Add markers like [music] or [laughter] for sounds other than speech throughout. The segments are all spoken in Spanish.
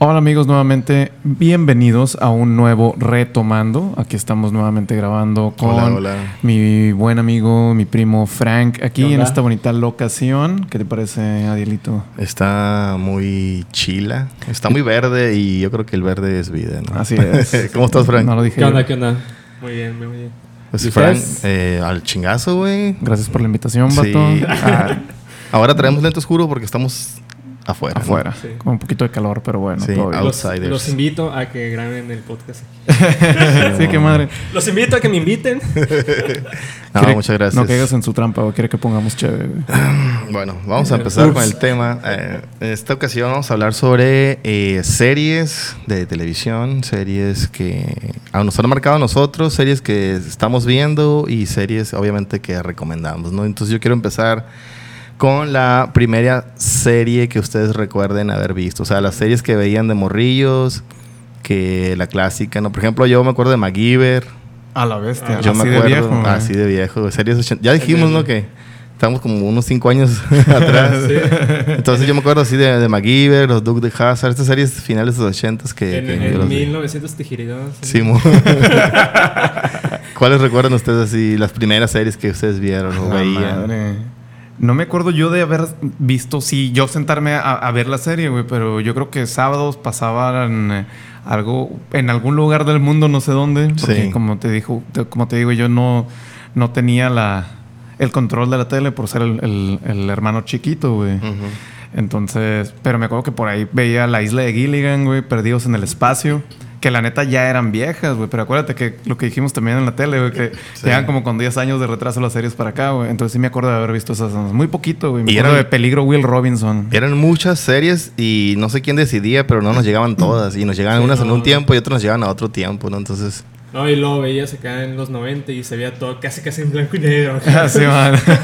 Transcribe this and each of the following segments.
Hola amigos, nuevamente bienvenidos a un nuevo Retomando. Aquí estamos nuevamente grabando con Hola, hola. mi buen amigo, mi primo Frank, aquí ¿Qué en onda? esta bonita locación. ¿Qué te parece, Adielito? Está muy chila, está muy verde y yo creo que el verde es vida, ¿no? Así es. [laughs] ¿Cómo estás, Frank? No lo dije ¿Qué yo. onda? ¿Qué onda? Muy bien, muy bien. Pues, ¿Y Frank, ustedes? eh, al chingazo, güey. Gracias por la invitación, Sí. [laughs] vato. Ah, ahora traemos lente oscuro porque estamos afuera. ¿no? Afuera, Sí. con un poquito de calor, pero bueno, Sí, todo bien. out- Los, Outsiders. los invito a que graben el podcast. [laughs] sí, qué madre. Los invito a que me inviten. No, Quiere- muchas gracias. No caigas en su trampa o quiere que pongamos chévere. güey. Bueno, vamos a empezar Ups. con el tema. Eh, en esta ocasión vamos a hablar sobre eh, series de televisión, series que aún nos han marcado a nosotros, series que estamos viendo y series obviamente que recomendamos, ¿no? Entonces yo quiero empezar con la primera serie que ustedes recuerden haber visto, o sea, las series que veían de morrillos, que la clásica, ¿no? Por ejemplo, yo me acuerdo de MacGyver, A la bestia. yo así me de acuerdo Ah, viejo. ¿eh? güey. así de viejo, güey. series ochen- Ya dijimos, El- ¿no? Que estamos como unos cinco años [laughs] atrás. Sí. Entonces yo me acuerdo así de, de MacGyver, los Duke de Hazard, estas series finales de los 80 que... en que en yo los vi. 1932. Sí, mo- [laughs] ¿Cuáles recuerdan ustedes así las primeras series que ustedes vieron o La veían? madre. No me acuerdo yo de haber visto, sí, yo sentarme a, a ver la serie, güey, pero yo creo que sábados pasaban eh, algo en algún lugar del mundo, no sé dónde, porque Sí. como te dijo, te- como te digo, yo no, no tenía la el control de la tele por ser el, el- el hermano chiquito, güey. Ujú. Entonces, pero me acuerdo que por ahí veía la isla de Gilligan, güey, perdidos en el espacio. Que la neta ya eran viejas, güey. Pero acuérdate que lo que dijimos también en la tele, güey, que Sí. llegan como con 10 años de retraso las series para acá, güey. Entonces sí me acuerdo de haber visto esas. Muy poquito, güey. Me Y acuerdo eran- de Peligro Will [laughs] Robinson. Eran muchas series y no sé quién decidía, pero no nos llegaban todas. Y nos llegaban Sí, unas en no. un tiempo y otras nos llegaban a otro tiempo, ¿no? Entonces... No, y luego veías acá en los 90 y se veía todo casi casi en blanco y negro. Así, Ah, [laughs] man.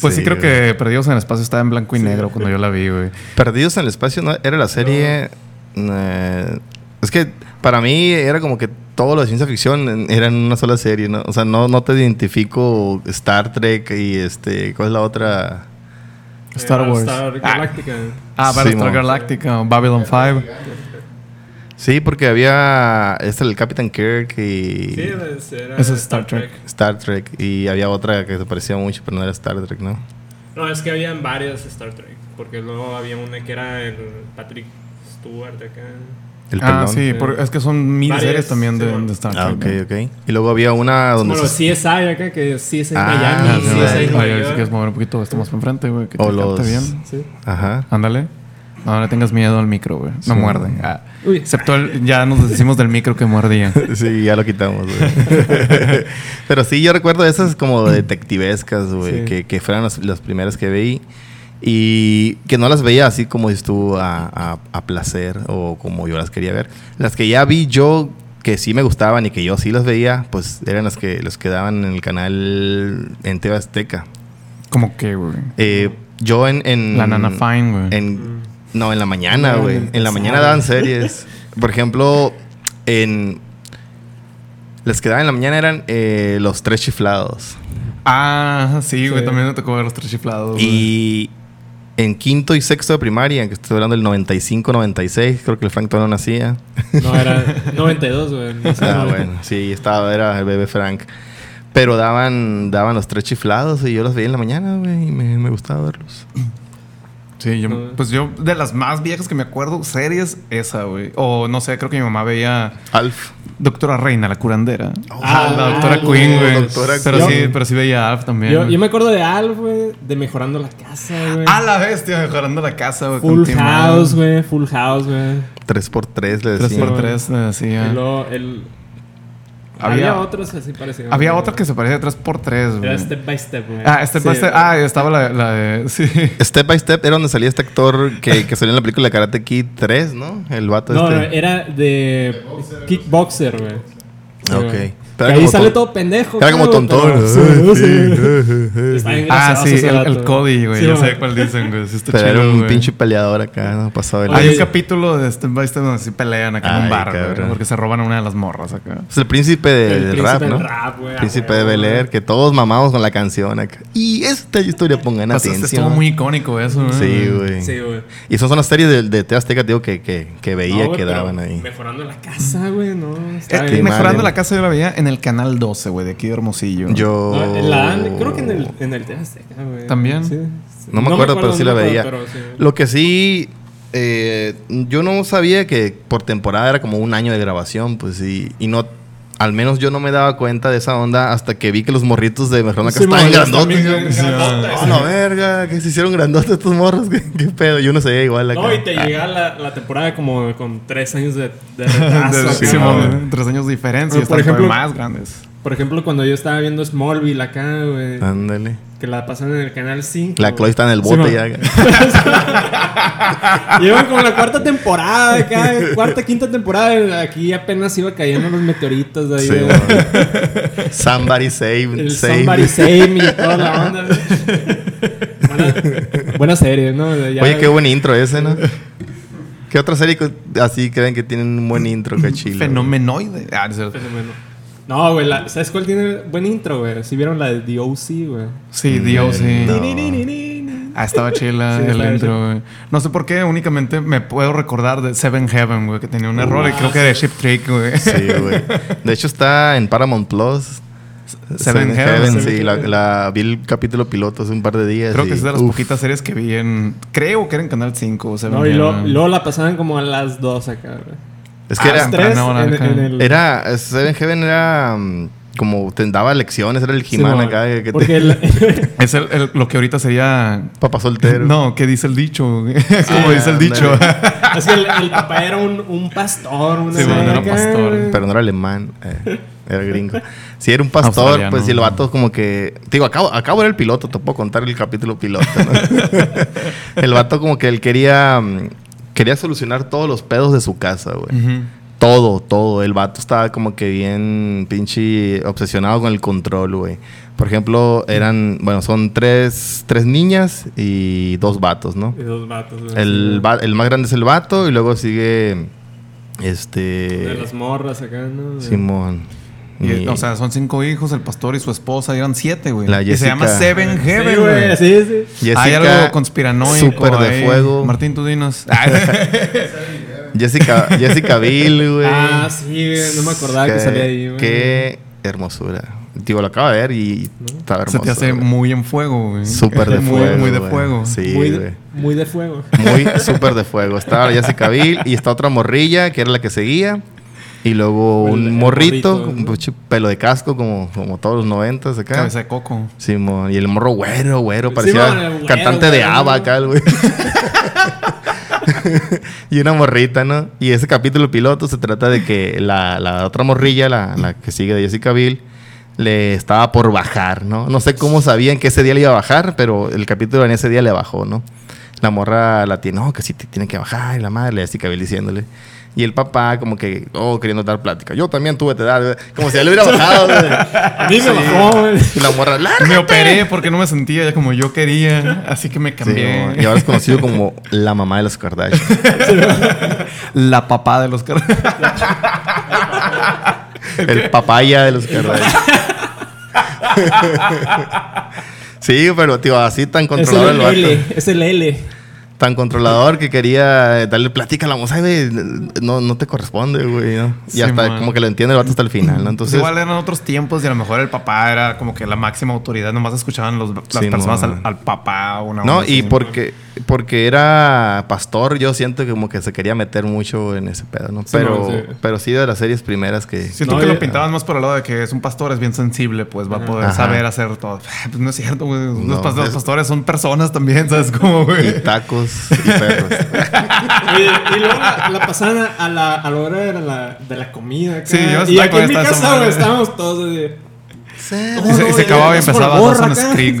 pues sí, Sí, creo güey. que Perdidos en el Espacio estaba en blanco y negro cuando yo la vi, güey. Perdidos en el espacio ¿no? era la serie. eh, es que para mí era como que todo lo de ciencia ficción en- era en una sola serie, ¿no? O sea, no, no te identifico Star Trek y este. ¿Cuál es la otra? Star Wars. Star Galactica. Ah, Battlestar Simón. Galactica, o Babylon 5. Sí, porque había. Este, el Capitán Kirk y. Sí, pues, era Eso es Star Trek. Star Trek. Y había otra que se parecía mucho, pero no era Star Trek, ¿no? No, es que habían varias Star Trek. Porque luego había una que era el Patrick Stewart acá. El Ah, pelón. sí, por- es que son mil Varias, series también de, Simón. de Star Trek. Ah, ok, güey. ok. Y luego había una donde. Como los se- CSI acá, que CSI Ah, Ah, Miami, sí, sí, sí, CSI sí. Nueva Oye, si quieres York. mover un poquito esto más para enfrente, güey. Que te O capte los- bien. Sí. Ajá. Ándale. No, no le tengas miedo al micro, güey. No Sí. muerde. Ah. Uy. Excepto el- ya nos decimos del micro que mordía. [laughs] Sí, ya lo quitamos, güey. [laughs] Pero sí, yo recuerdo esas como detectivescas, güey, Sí. que, que fueron las, las primeras que veí. Y que no las veía así como estuvo a, a- a placer o como yo las quería ver. Las que ya vi yo que sí me gustaban y que yo sí las veía, pues eran las que los que daban en el canal en TV Azteca. Como que, güey. Eh, yo en, en- La Nana Fine, güey. en- no, en la mañana, No, en güey. el En la mañana pasado. daban series. Por ejemplo, en. Las que daban en la mañana eran eh, Los Tres Chiflados. Ah, sí, güey. Sí. También me tocó ver los tres chiflados. güey. Y en quinto y sexto de primaria, que estoy hablando del 95, 96, creo que el Frank todavía no nacía. No, era 92, güey. No sé, [laughs] Ah, no. bueno, sí, estaba, era el bebé Frank. Pero daban, daban los tres chiflados y yo los veía en la mañana, güey, y me, me gustaba verlos. Sí, yo, No. pues yo, de las más viejas que me acuerdo, series, esa, güey. O no sé, creo que mi mamá veía Alf. Doctora Reina, la curandera. Ah, la doctora ah, Queen, güey. Oh, Doctora Pero Queen. sí, pero sí veía Alf también. Yo, güey. yo me acuerdo de Alf, güey, de Mejorando la Casa, güey. A Ah, la bestia, mejorando la casa, güey. con Full Tim House, Allen. güey. Full House, güey. 3x3 le decían. Tres por güey. tres, le decía. Y luego el... Había- Había, otros así parecidos. Había otra que se parecía a tres por tres, güey. Era Step by Step, güey. Ah, este eh, Sí. Ah, estaba la, la de. [laughs] Sí. Step by Step era donde salía este actor que, que salió en la película Karate Kid 3, ¿no? El vato No, eh, no, este. era de Kickboxer, güey. Sí, Ah, ok. güey. Pero que Pero era ahí como sale ton- todo pendejo. Era como claro, tontón. pero- Ay, Sí, sí. sí. Está bien Ah, gracioso sí, ese el, vato, el Cody, güey. Sí, ya man. sé cuál dicen, güey. Sí está Pero era chido, un güey. pinche peleador acá, ¿no? Pasado de Hay un Oye. lanza. capítulo de Step by Step donde sí pelean acá en Ay, un bar, güey, cabrón. Porque se roban a una de las morras acá. Es el príncipe de- El del príncipe rap, del ¿no? Rap, güey, a príncipe de huevo, Bel Air, güey. que todos mamamos con la canción acá. Y esta historia pongan O sea, atención. Pues, este estuvo muy icónico eso, güey. Sí, güey. Sí, güey. Y esas son las series de, de TV Azteca, tío, que, que, que veía No, güey, que pero daban ahí. Mejorando la casa. Casa, güey, no. Eh, Está Qué bien. mal, mejorando eh. la casa yo la veía en el canal 12, güey, de aquí de Hermosillo. Yo. No, en la dan- creo que en el, en el Teatro Azteca, güey. ¿También? Sí. Oh. No me acuerdo, pero sí no la me veía. acuerdo, pero sí. Lo que sí, eh, yo no sabía que por temporada era como un año de grabación, pues y, y no, al menos yo no me daba cuenta de esa onda hasta que vi que los morritos de Mejor Acá Sí, estaban morros grandotes. también, Sí, Grandotas, ¡Ah, la verga! Que se hicieron grandotes estos morros. ¿Qué, qué pedo? Yo no sabía igual acá. No, y te Ah, llega la, la temporada como con tres años de, [laughs] de retraso. De- acá, Ah, sí, sí, mon, güey. tres años de diferencia. Pero, por están ejemplo- más grandes. Por ejemplo, cuando yo estaba viendo Smallville acá, güey, Ándale. que la pasaron en el canal 5. Ah. La Chloe está en el Sí, bote mon. ya. Llevan como la cuarta temporada acá, [laughs] cuarta, quinta temporada. Aquí apenas iba cayendo los meteoritos de ahí. Sí, güey. bueno. [laughs] Somebody save. el save. Somebody Save Me [laughs] y toda la onda. buena, buena serie, ¿no? Ya- Oye, qué buen intro ese, ¿no? ¿Qué otra serie co- así creen que tienen un buen intro? Qué chido. Fenomenoide. Ah, es cierto. Fenómeno. No, güey, la- ¿sabes cuál tiene buen intro, güey? Si vieron la de The OC, güey. Sí, Dios, sí. No. Ni, ni, ni, ni, ni. Ah, [laughs] estaba chila Sí, el estaba intro, güey. No sé por qué, únicamente me puedo recordar de Seven Heaven, güey, que tenía un error y creo que de Ship Trick, güey. Sí, güey. De hecho, está en Paramount Plus. [laughs] Seven Heaven. sí. La, la- vi el capítulo piloto hace un par de días. Creo y- que es de las uf, poquitas series que vi en. Creo que era en Canal 5 o Seven No, y lo- Heaven. luego la pasaban como a las 2 acá, güey. Es que Ah, era, Las tres no, no, en, acá. en el... era. Seven Heaven era. mm, Como te daba lecciones, era el Sí, Jimán mon. acá. Que te, Porque la- Es el- el- lo que ahorita sería. [laughs] Papá [laughs] soltero. No, ¿qué dice el dicho? güey? [laughs] Como dice el ándale. dicho. es que el, el papá era un, un pastor, una Sí, madre bueno, era acá, pastor. güey. Pero no era alemán, eh, era gringo. Si era un pastor, Australiano. pues si el vato como que. te Digo, acabo, acabo de ver el piloto, te puedo contar el capítulo piloto. ¿no? [laughs] el vato como que él quería. mm, Quería solucionar todos los pedos de su casa, güey. [laughs] Ujú. Todo, todo. El vato estaba como que bien pinche obsesionado con el control, güey. Por ejemplo, eran, bueno, son tres, tres niñas y dos vatos, ¿no? Y dos vatos, güey. El, va- el más grande es el vato y luego sigue De este... las morras acá, ¿no? Simón. Y, Y- o sea, son cinco hijos, el pastor y su esposa, y eran siete, güey. La Y se llama Jessica. Seven Heaven, Sí, güey. güey, sí, sí. Jessica, Hay algo conspiranoico. Súper de ahí. fuego. Martín, tú dinos. Jessica, Jessica Biel, güey. Ah, sí, güey, no me acordaba que, Qué- salía ahí, güey. Qué hermosura. Digo, lo acabo de ver y estaba se hermoso. te hace güey. muy en fuego, güey. Súper de [laughs] Muy- fuego. Muy de güey. fuego. Sí, muy, güey. de, muy de fuego. Muy súper de fuego. Estaba la Jessica Biel y está otra morrilla que era la que seguía. Y luego El- un el morrito, morrito, un ¿no? pinche pelo de casco como, como todos los noventas acá. Cabeza de coco. Simón, y el morro güero, güero, Simón, parecía el güero, cantante de güero. ABBA acá, el güey. [laughs] y una morrita, ¿no? Y ese capítulo piloto se trata de que la, la otra morrilla, la, la que sigue de Jessica Biel, le estaba por bajar, ¿no? No sé cómo sabían que ese día le iba a bajar, pero el capítulo en ese día le bajó, ¿no? La morra la tiene, no, que sí te tiene que bajar, y la madre, la Jessica Biel diciéndole. Y el papá, como que, oh, queriendo dar plática. Yo también tuve te edad, como si ya le hubiera bajado, güey. [laughs] A mí me bajó, güey. Y la morra, larga. Me operé porque no me sentía ya como yo quería, así que me Sí, cambié. no, y ahora es conocido como la mamá de los Kardashian. [laughs] La papá de los carros. el papaya de los Kardashian. sí, pero tío, así tan Es controlador el el L, vato. es el L. Tan controlador que quería eh, darle plática a la moza. "Ay, güey, No, no te corresponde, güey. ¿no?" Y Sí, hasta man. como que lo entiende el vato hasta el final. ¿no? Entonces, Igual eran otros tiempos y a lo mejor el papá era como que la máxima autoridad, nomás escuchaban los- las Sí, personas no. al, al papá o una no, onda y así. porque, porque era pastor, yo siento que como que se quería meter mucho en ese pedo, ¿no? Pero, no, sí. pero sí de las series primeras que... Siento No, que yo- lo pintaban más por el lado de que es un pastor, es bien sensible, pues va a poder Ajá. saber hacer todo. [laughs] Pues no es cierto, güey. Los, No, pas- los es- pastores son personas también, ¿sabes [laughs] cómo, Y güey? tacos y perros. Oye, y luego la, la pasaban a, a la, a la hora de la, de la comida. acá. Sí, yo y estaba aquí con en mi esta casa, madre. güey, estábamos todos así. Y se, y se no, acababa y es por empezaba borra Dawson's acá. Creek, [laughs]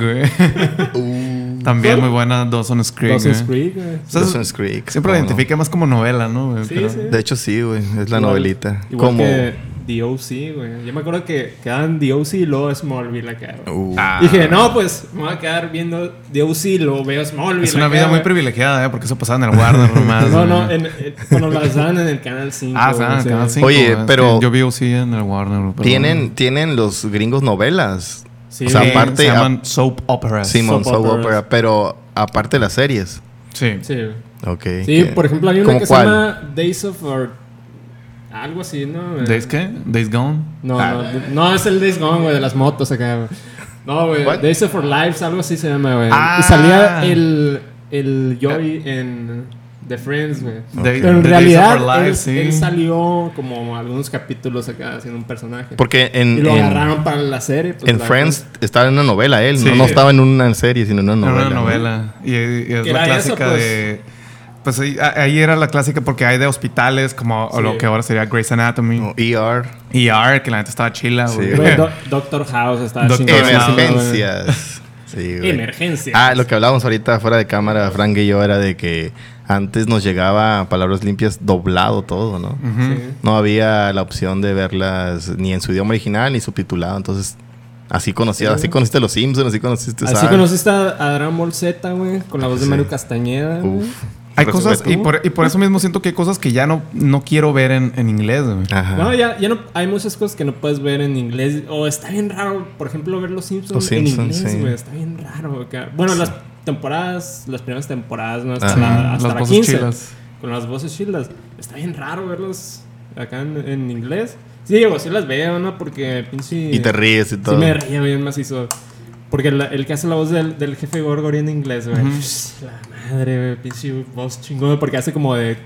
güey. También muy buena Dawson's Creek, ¿eh? Dawson's güey. Creek, güey. O sea, Uh, Dawson's Creek, Siempre ¿cómo la no? identifiqué más como novela, ¿no? güey? Sí, Pero- sí. De hecho, sí, güey. Es la Igual- novelita. Igual como que The O.C., güey. Yo me acuerdo que quedaban The O.C. y luego Smallville acá, güey. Uh. Ah. Dije, no, pues me voy a quedar viendo The O.C. y luego veo Smallville. Es una acá, vida muy güey. privilegiada, ¿eh? Porque eso pasaba en el Warner nomás. Ah, [laughs] No, güey. no, en, eh, en- cuando las dan en el canal 5. Ah, está en el Canal 5. Oye, es que pero- Yo vi sí en el Warner. pero- Tienen, tienen los gringos novelas. Sí, o sea, Sí, aparte- Se llaman soap operas. Simon soap soap operas. opera, pero aparte de las series. Sí. Sí, güey. Ok. Sí, que- por ejemplo, hay una ¿Cómo que cuál? se llama Days of Our. Algo así, ¿no? güey? ¿Days Ah. qué? ¿Days Gone? No, no, no, es el Days Gone, güey, de las motos acá, güey. No, güey, ¿Cuál? Days of Our Lives, algo así se llama, güey. Ah. Y salía el, el Joey en The Friends, güey. Day- Pero The en Days of realidad, Our Lives, él, sí. él salió como algunos capítulos acá haciendo un personaje. Porque en, y lo en- agarraron para la serie. pues, en la- Friends estaba en una novela él. no- Sí. No, estaba en una serie, sino en una Era una novela. novela. Y, y es ¿Qué la era clásica eso, pues? de. Pues ahí, ahí era la clásica porque hay de hospitales como Sí. lo que ahora sería Grey's Anatomy. O ER. ER, que la neta estaba chila, Sí, güey. Güey, Do- Doctor House está Doctor chingón, House. güey. Emergencias. Sí, güey. Emergencias. Ah, lo que hablábamos ahorita fuera de cámara, Frank y yo, era de que antes nos llegaba a palabras limpias doblado todo, ¿no? Ujú. Sí. No había la opción de verlas ni en su idioma original ni subtitulado. Entonces, así conocías, Sí. así conociste los Simpsons, así conociste. Así ¿sabes? conociste a a Dragon Ball Z, güey, con la voz de Sí. Mario Castañeda. güey. Uf. Hay Por cosas, y supuesto. por, y por eso mismo siento que hay cosas que ya no, no quiero ver en, en inglés, güey. Ajá. No, ya, ya no, hay muchas cosas que no puedes ver en inglés. O está bien raro, por ejemplo, ver Los Simpsons, Los en Simpsons, inglés, sí. güey, Está bien raro. güey, acá. Bueno, las temporadas, las primeras temporadas, ¿no? Hasta Ajá. la, hasta Las la voces 15, chilas. Con las voces chilas. Está bien raro verlos acá en, en inglés. Sí, digo, sí las veo, ¿no? Porque pinche... Y te ríes y Sí todo. me río bien macizo. Porque la- el que hace la voz del, del jefe Gorgory en inglés, güey. La madre, güey. Pinche voz chingona. Porque hace como de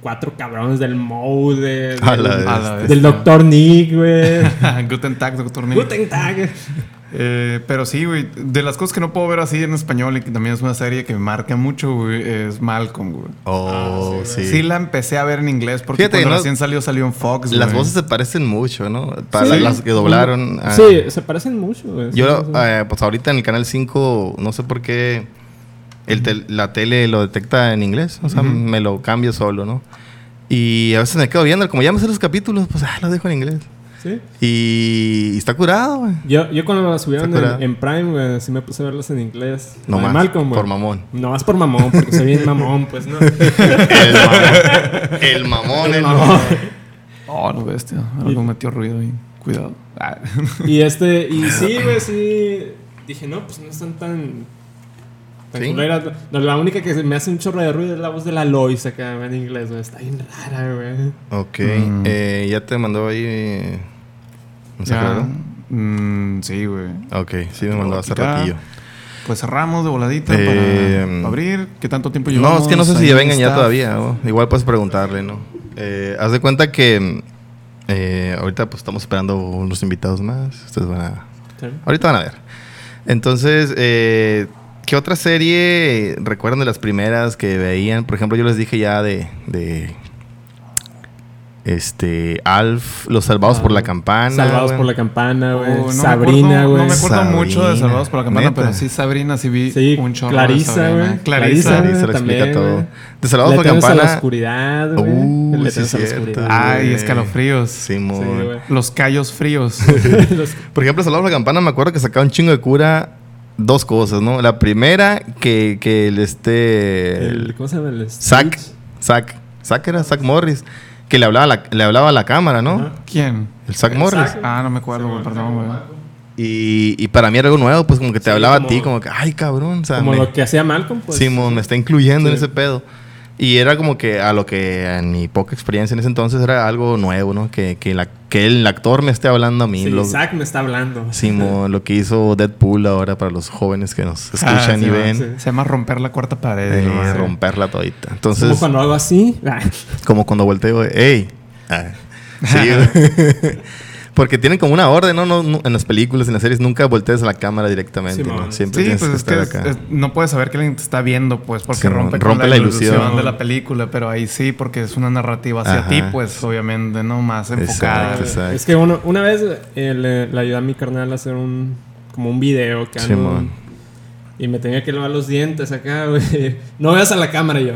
cuatro cabrones del Moe, de- A del- la este. vez. A la vez. del Doctor [laughs] Nick, güey. [laughs] Guten Tag, doctor Nick. Guten Tag. Eh, pero sí, güey. De las cosas que no puedo ver así en español y que también es una serie que me marca mucho, güey, es Malcolm, güey. Ah, Oh, sí. Sí. la empecé a ver en inglés porque Fíjate, cuando ¿no? recién salió, salió en Fox, Las güey. voces se parecen mucho, ¿no? Para Sí. las que doblaron. a- Sí, se parecen mucho, güey. Ah. Yo, Sí, sí. eh, pues ahorita en el canal 5, no sé por qué el tel- la tele lo detecta en inglés. O sea, me lo cambio solo, ¿no? Y a veces me quedo viendo, como ya me sé los capítulos, pues ah, los dejo en inglés. Sí. Y, y está curado, güey. Yo, yo cuando las subieron ¿Te acuerdas? en, en Prime, güey, sí me puse a verlas en inglés. No La de más, Malcolm, güey. por mamón. No más por mamón, porque soy bien mamón, pues [laughs] no. El mamón. El mamón, el mamón. Oh, no bestia. Algo metió ruido ahí. Cuidado. [laughs] Ah. Y este, y sí, güey, sí. Dije, no, pues no están tan. tan Sí. culeras. No, la única que se me hace un chorro de ruido es la voz de la Lois acá güey, en inglés, güey. Está bien rara, güey. Ok, Mm. eh, ya te mandó ahí. eh, mensaje, Ya. ¿verdad? Mm, sí, güey. Ok, sí me Lo mandó voy a hace quitar. ratillo. Pues cerramos de voladita Eh, para abrir. ¿Qué tanto tiempo No, llevamos? es que no sé si Pues Ahí ya vengan ya está. todavía. ¿no? Igual puedes preguntarle, ¿no? Eh, haz de cuenta que mm, eh, ahorita pues estamos esperando unos invitados más. Ustedes van a... Ahorita van a ver. Entonces, eh, ¿qué otra serie recuerdan de las primeras que veían? Por ejemplo, yo les dije ya de... de este, Alf, Los Salvados Ah, por la Campana. Salvados güey. por la campana, Oh, güey. no me Sabrina, acuerdo- güey. No me acuerdo Sabrina. mucho de Salvados por la Campana, Neta. pero sí Sabrina sí vi Sí, un chorro. de Clarisa, Sabrina. güey. Clarisa. Ahí se lo También, explica todo. güey. De Salvados por Le la temes a la Campana. oscuridad, güey. Uh, Le sí, temes a la cierto. oscuridad. Ay, [laughs] güey. escalofríos. Simón. Sí, güey. Los callos [laughs] fríos. Los- Por ejemplo, Salvador la Campana, me acuerdo que sacaba un chingo de cura dos cosas, ¿no? La primera, que, que el este. el- ¿Cómo se llama? El Zack. Stitch. Zack. Zack era Zack Morris. Que le hablaba a la, le hablaba a la cámara, ¿no? Ajá. ¿Quién? El Zack Morris. Zack. Ah, no me acuerdo, güey, perdón, güey. Y, y para mí era algo nuevo, pues como que te Sí, hablaba como- a ti, como que, ay, cabrón. O sea, Como me- lo que hacía Malcolm, pues. Simón, me está incluyendo en Sí. ese pedo. Y era como que a lo que a mi poca experiencia en ese entonces era algo nuevo, ¿no? Que, que, la- que el actor me esté hablando a mí. Sí, lo- Zack me está hablando. [laughs] Simón, lo que hizo Deadpool ahora para los jóvenes que nos escuchan Ah, y sí, ven. Ah, sí. Se llama romper la cuarta pared. eh, güey. romperla todita. Entonces, Como cuando hago así. [laughs] volteo, ¡ey! Ah, [laughs] sí, güey. Porque tienen como una orden, ¿no? No, no, En las películas, en las series, nunca voltees a la cámara directamente, Simón. ¿no? Siempre Sí, tienes pues es que que estar es- acá. es- no puedes saber que alguien te está viendo, pues, porque Sí, rompe, con rompe la, la ilusión. ilusión. de la película, pero ahí sí, porque es una narrativa hacia Ajá. ti, pues, obviamente, ¿no? Más enfocada. Exacto, exacto. Es que uno, una vez eh, le, le ayudé a mi carnal a hacer un como un video que ando- Simón. y me tenía que lavar los dientes acá, güey. [laughs] No veas a la cámara yo.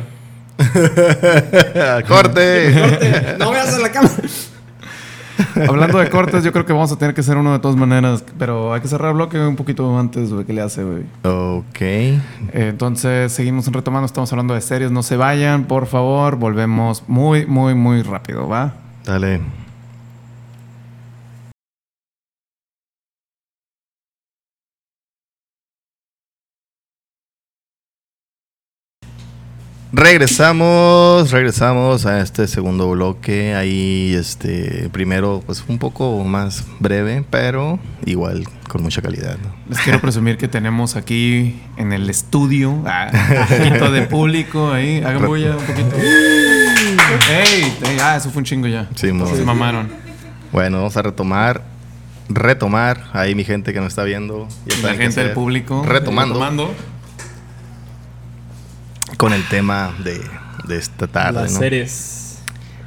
¡Corte! [laughs] [laughs] No veas a la cámara. Hablando de cortes, yo creo que vamos a tener que hacer uno de todas maneras. Pero hay que cerrar el bloque un poquito antes, güey. ¿Qué le hace, güey? Ok. Eh, Entonces, seguimos retomando. Estamos hablando de series. No se vayan, por favor. Volvemos muy, muy, muy rápido, ¿va? Dale. Regresamos, regresamos a este segundo bloque. Ahí, este, primero, pues un poco más breve, pero igual con mucha calidad. ¿no? Les quiero presumir que tenemos aquí en el estudio ah, un poquito de público ahí. Hagan bulla un poquito. ¡Ey! ey, ah, eso fue un chingo ya. Sí, mo- Se mamaron. Bueno, vamos a retomar. Retomar. Ahí mi gente que nos está viendo. ya La saben qué gente del hacer. público. eh, Retomando, Retomando. con el tema de, de esta tarde. Las ¿no? series.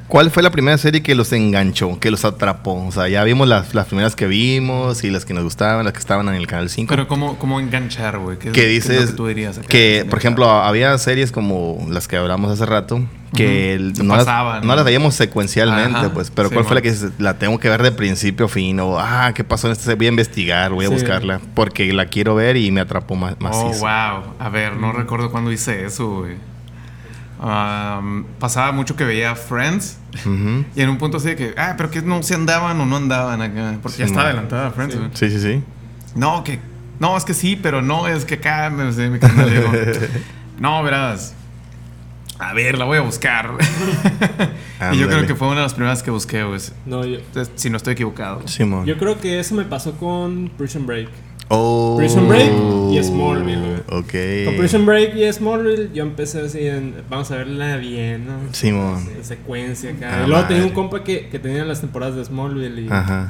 ¿Cuál fue la primera serie que los enganchó, que los atrapó? O sea, ya vimos las, las primeras que vimos y las que nos gustaban, las que estaban en el canal 5. Pero ¿cómo, cómo enganchar, güey? ¿Qué, es- que qué es lo dices que tú dirías acá? que, por ejemplo, había series como las que hablamos hace rato, que el- Se no, las, pasaban, no ¿no? las veíamos secuencialmente, Ajá, pues, pero sí, ¿cuál fue mon. la que dices, la tengo que ver de principio a fin? O, ah, ¿qué pasó en esta serie? Voy a investigar, voy a Sí. buscarla, porque la quiero ver y me atrapó más. Oh, wow. A ver, Mm. no recuerdo cuándo hice eso, güey. Am, pasaba mucho que veía Friends y en un punto así de que, ah, pero que no se andaban o no andaban acá. Porque ya Sí, está man. adelantada Friends, güey. Sí, sí, sí. No, que. No, es que sí, pero no, es que acá me sé, mi carnal [laughs] dijo, No, verás. A ver, la voy a buscar. [laughs] y yo creo Ándale. que fue una de las primeras que busqué, güey. No, yo, Entonces, Si no estoy equivocado. Simón. yo creo que eso me pasó con Prison Break. Oh. Prison Break y Smallville, Ok. Con Prison Break y Smallville yo empecé así en, vamos a verla bien, ¿no? Simón. En secuencia acá. Ah, y luego tenía un madre. compa que, que tenía las temporadas de Smallville y... Ajá.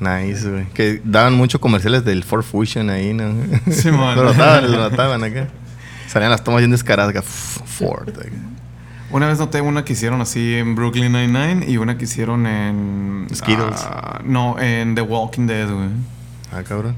Nice, güey. Que daban muchos comerciales del Ford Fusion ahí, ¿no? Simón. [laughs] lo notaban, lo notaban acá. Salían las tomas bien descaradas acá. "F- Ford. acá. Una vez noté una que hicieron así en Brooklyn Nine-Nine y una que hicieron en. Skittles. ah, no, en The Walking Dead, güey. Ah, cabrón.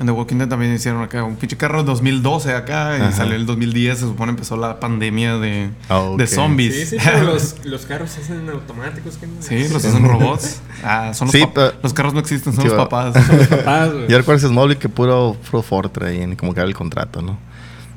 En The Walking Dead también hicieron acá un pinche carro 2012 acá y Ajá. salió el 2010. Se supone empezó la pandemia de, Ah, ok. de zombies. Sí, sí, pero [laughs] los, los carros se hacen automáticos. ¿qué no? Sí, los hacen robots. Ah, son los, Sí, pap- pero- los carros no existen, son Sí, los va. papás. [laughs] [laughs] Papás, güey. Yo recuerdo ese Smallville que puro, puro Ford traían, como que era el contrato, ¿no?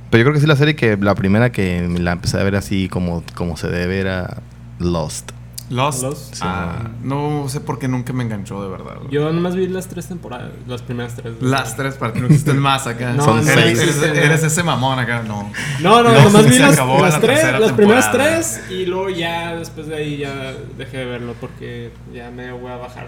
Pero yo creo que sí la serie que la primera que la empecé a ver así como, como se debe era Lost. Lost. Lost. Ah, no sé por qué nunca me enganchó de verdad. güey. Yo nomás vi las tres temporadas, las primeras tres. güey. Las tres para que no existen más acá. [laughs] No, Son eres, no eres- existen, eres güey. ese mamón acá, no. No, no, No, nomás se vi las, acabó las la tres, tercera las primeras temporada. tres y luego ya después de ahí ya dejé de verlo porque ya me voy a bajar.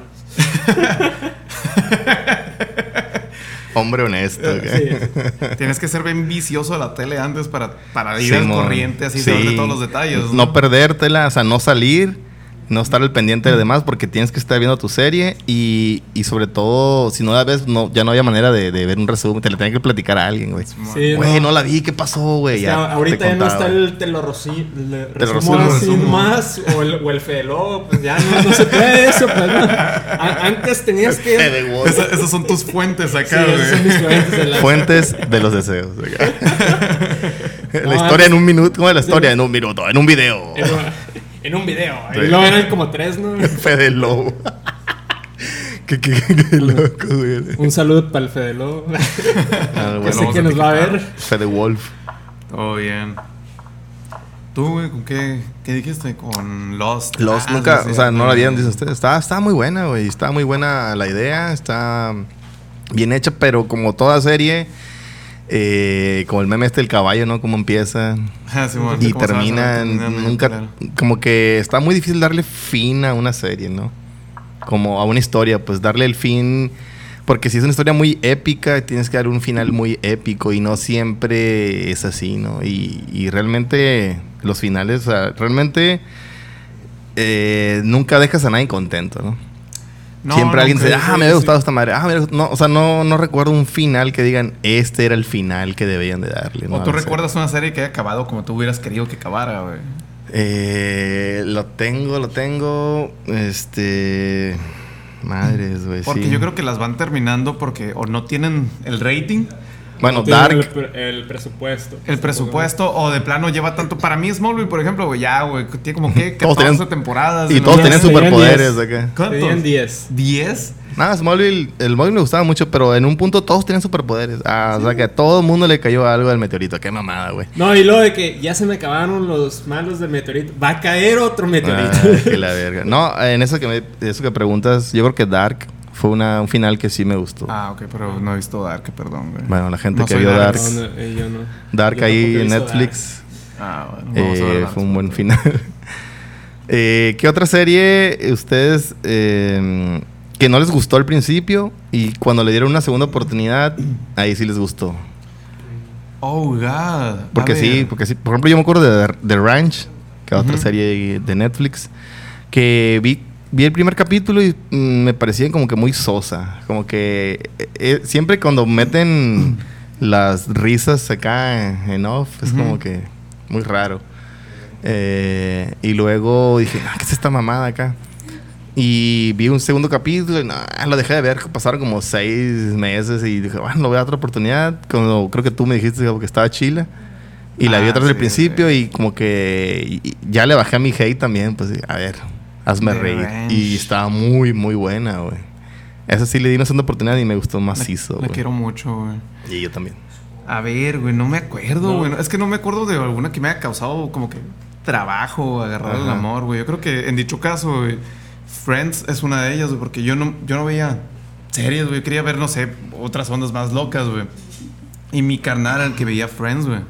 Hombre honesto. Eh, acá. Sí, Tienes que ser bien vicioso de la tele antes para, para ir al Simón. corriente así Sí. saber de todos los detalles. No perdértela, o sea, no salir, no estar al pendiente de demás porque tienes que estar viendo tu serie y, y sobre todo, si no la ves, no, ya no había manera de, de ver un resumen, te la tenían que platicar a alguien, güey. sí, Güey, no. no. la vi, ¿qué pasó, güey? Es que Ya ahorita te ya no contaba. está el te lo rocí- le- Te lo resumo resumo, así resumo. más o el, o el Felo, pues ya no, no se puede eso. Pues, no. A- antes [laughs] tenías que. Te [laughs] debo- Esa- esas son tus fuentes Sí, acá, esos son mis güey. fuentes de la- Fuentes de los deseos. acá. No, [laughs] la historia en un minuto. ¿Cómo es la historia? En un minuto, en un video. en, un- en un video. ¿eh? Sí. Y luego eran como tres, ¿no? [laughs] Fede Lobo. qué, qué- qué loco, güey. Un saludo para el Fedelo. Ah, Que lo sé vamos bueno, que a nos va a etiquetar. ver. Fede Wolf. [laughs] Todo bien. ¿Tú, güey, con qué, qué dijiste? Con Lost. Los Ah, nunca, sí, o sí. sea, no la vieron, dicen ustedes. Está, está muy buena, güey. Está muy buena la idea, está bien hecha, pero como toda serie, eh, como el meme este del caballo, ¿no? Cómo empieza [laughs] Ah, Simón, y ¿cómo sabes? termina. Terminan, Nunca, claro. como que está muy difícil darle fin a una serie, ¿no? Como a una historia, pues darle el fin. Porque si es una historia muy épica, tienes que dar un final muy épico y no siempre es así, ¿no? Y, y realmente los finales, o sea, realmente eh, nunca dejas a nadie contento, ¿no? No, siempre alguien nunca. dice, ah, me había gustado esta madre, ah, me había gust-". no, o sea, no, no recuerdo un final que digan, este era el final que debían de darle. ¿no? O A tú la serie. recuerdas una serie que haya acabado como tú hubieras querido que acabara, güey. Eh, lo tengo, lo tengo. Este. Madres, güey. Porque yo creo que las van terminando porque o no tienen el rating Bueno, no tienen Dark. El, pre- el presupuesto. El presupuesto o de plano lleva tanto para mí Smallville, por ejemplo, güey, ya, güey, que tiene como [laughs] que Todos 14 tenían- temporadas. Y ¿no? todos Ya tenían se veían superpoderes diez. acá. ¿Cuántos? Tenían 10. ¿10? Nada, Smallville, el Smallville me gustaba mucho, pero en un punto todos tenían superpoderes. Ah, o sea que a todo el mundo le cayó algo del meteorito. Qué mamada, güey. No, y luego de que ya se me acabaron los malos del meteorito. Va a caer otro meteorito. Ah, [laughs] que la verga. No, en eso que, me- eso que preguntas, yo creo que Dark fue una, un final que sí me gustó. Ah, ok, pero no he visto Dark, perdón, güey. Bueno, la gente No que soy vio Dark, Dark. Dark, No, no, eh, yo no. ahí Yo tampoco he en visto Netflix, Ah, bueno, eh, vamos a ver Dark. fue un buen final. [laughs] Eh, ¿Qué otra serie ustedes eh, que no les gustó al principio y cuando le dieron una segunda oportunidad, ahí sí les gustó? Oh, God. A Porque sí, ver. porque sí. Por ejemplo, yo me acuerdo de The- The Ranch, que es otra Ujú. serie de Netflix, que vi, vi el primer capítulo y mm, me parecía como que muy sosa. Como que eh, eh, siempre [clears throat] cuando meten las risas acá en, en off, es Ujú. como que muy raro. Eh, y luego dije, ah, ¿qué es esta mamada acá? Y vi un segundo capítulo y no, lo dejé de ver. Pasaron como seis meses y dije, bueno, lo voy a dar otra oportunidad. Cuando creo que tú me dijiste que estaba chila. Y la vi Ah, otra vez al sí, principio y como que y- y ya le bajé a mi hate también. Pues a ver, hazme The reír. Ranch. Y estaba muy, muy buena, güey. Esa sí le di una segunda oportunidad y me gustó La- macizo, La güey. quiero mucho, güey. Y yo también. A ver, güey, no me acuerdo, No. güey. Es que no me acuerdo de alguna que me haya causado como que trabajo, agarrar el Ajá. amor, güey. Yo creo que en dicho caso, güey, Friends es una de ellas, güey, porque yo no, yo no veía series, güey. Yo quería ver, no sé, otras ondas más locas, güey. Y mi carnal era el que veía Friends, güey.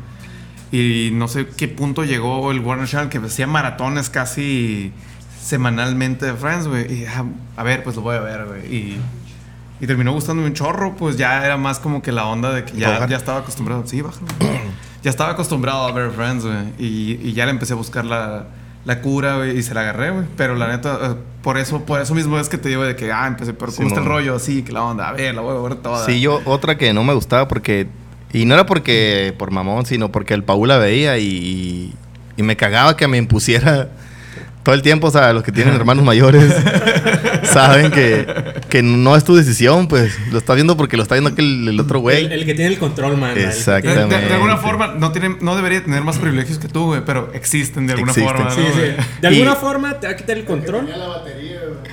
Y no sé qué punto llegó el Warner Channel que hacía maratones casi semanalmente de Friends, güey. Y ah, a ver, pues lo voy a ver, güey. Y, y terminó gustándome un chorro, pues ya era más como que la onda de que ya, Bajar. ya estaba acostumbrado. Sí, bájalo. [clears throat] ya estaba acostumbrado a ver Friends, güey. Y, y ya le empecé a buscar la, la cura, güey. Y se la agarré, güey. Pero la neta, eh, por eso, por eso mismo es que te digo de que, ah, empecé, pero ¿cómo está el Simón. rollo? Así, que la onda, a ver, la voy a ver toda. [laughs] Sí, yo otra que no me gustaba porque... Y no era porque por mamón, sino porque el Paul la veía y, y- y me cagaba que me impusiera todo el tiempo. O sea, los que tienen hermanos [laughs] mayores saben que, que no es tu decisión, pues. Lo estás viendo porque lo está viendo aquel, el otro El, güey. el que tiene el control, man. el que Exacto. De, de- de alguna Exactamente. forma, no, tiene, no debería tener más privilegios que tú, güey, pero existen de alguna Existen. forma. ¿no, tiene- güey? [laughs] Sí, sí. De alguna Y- forma te va a quitar el control.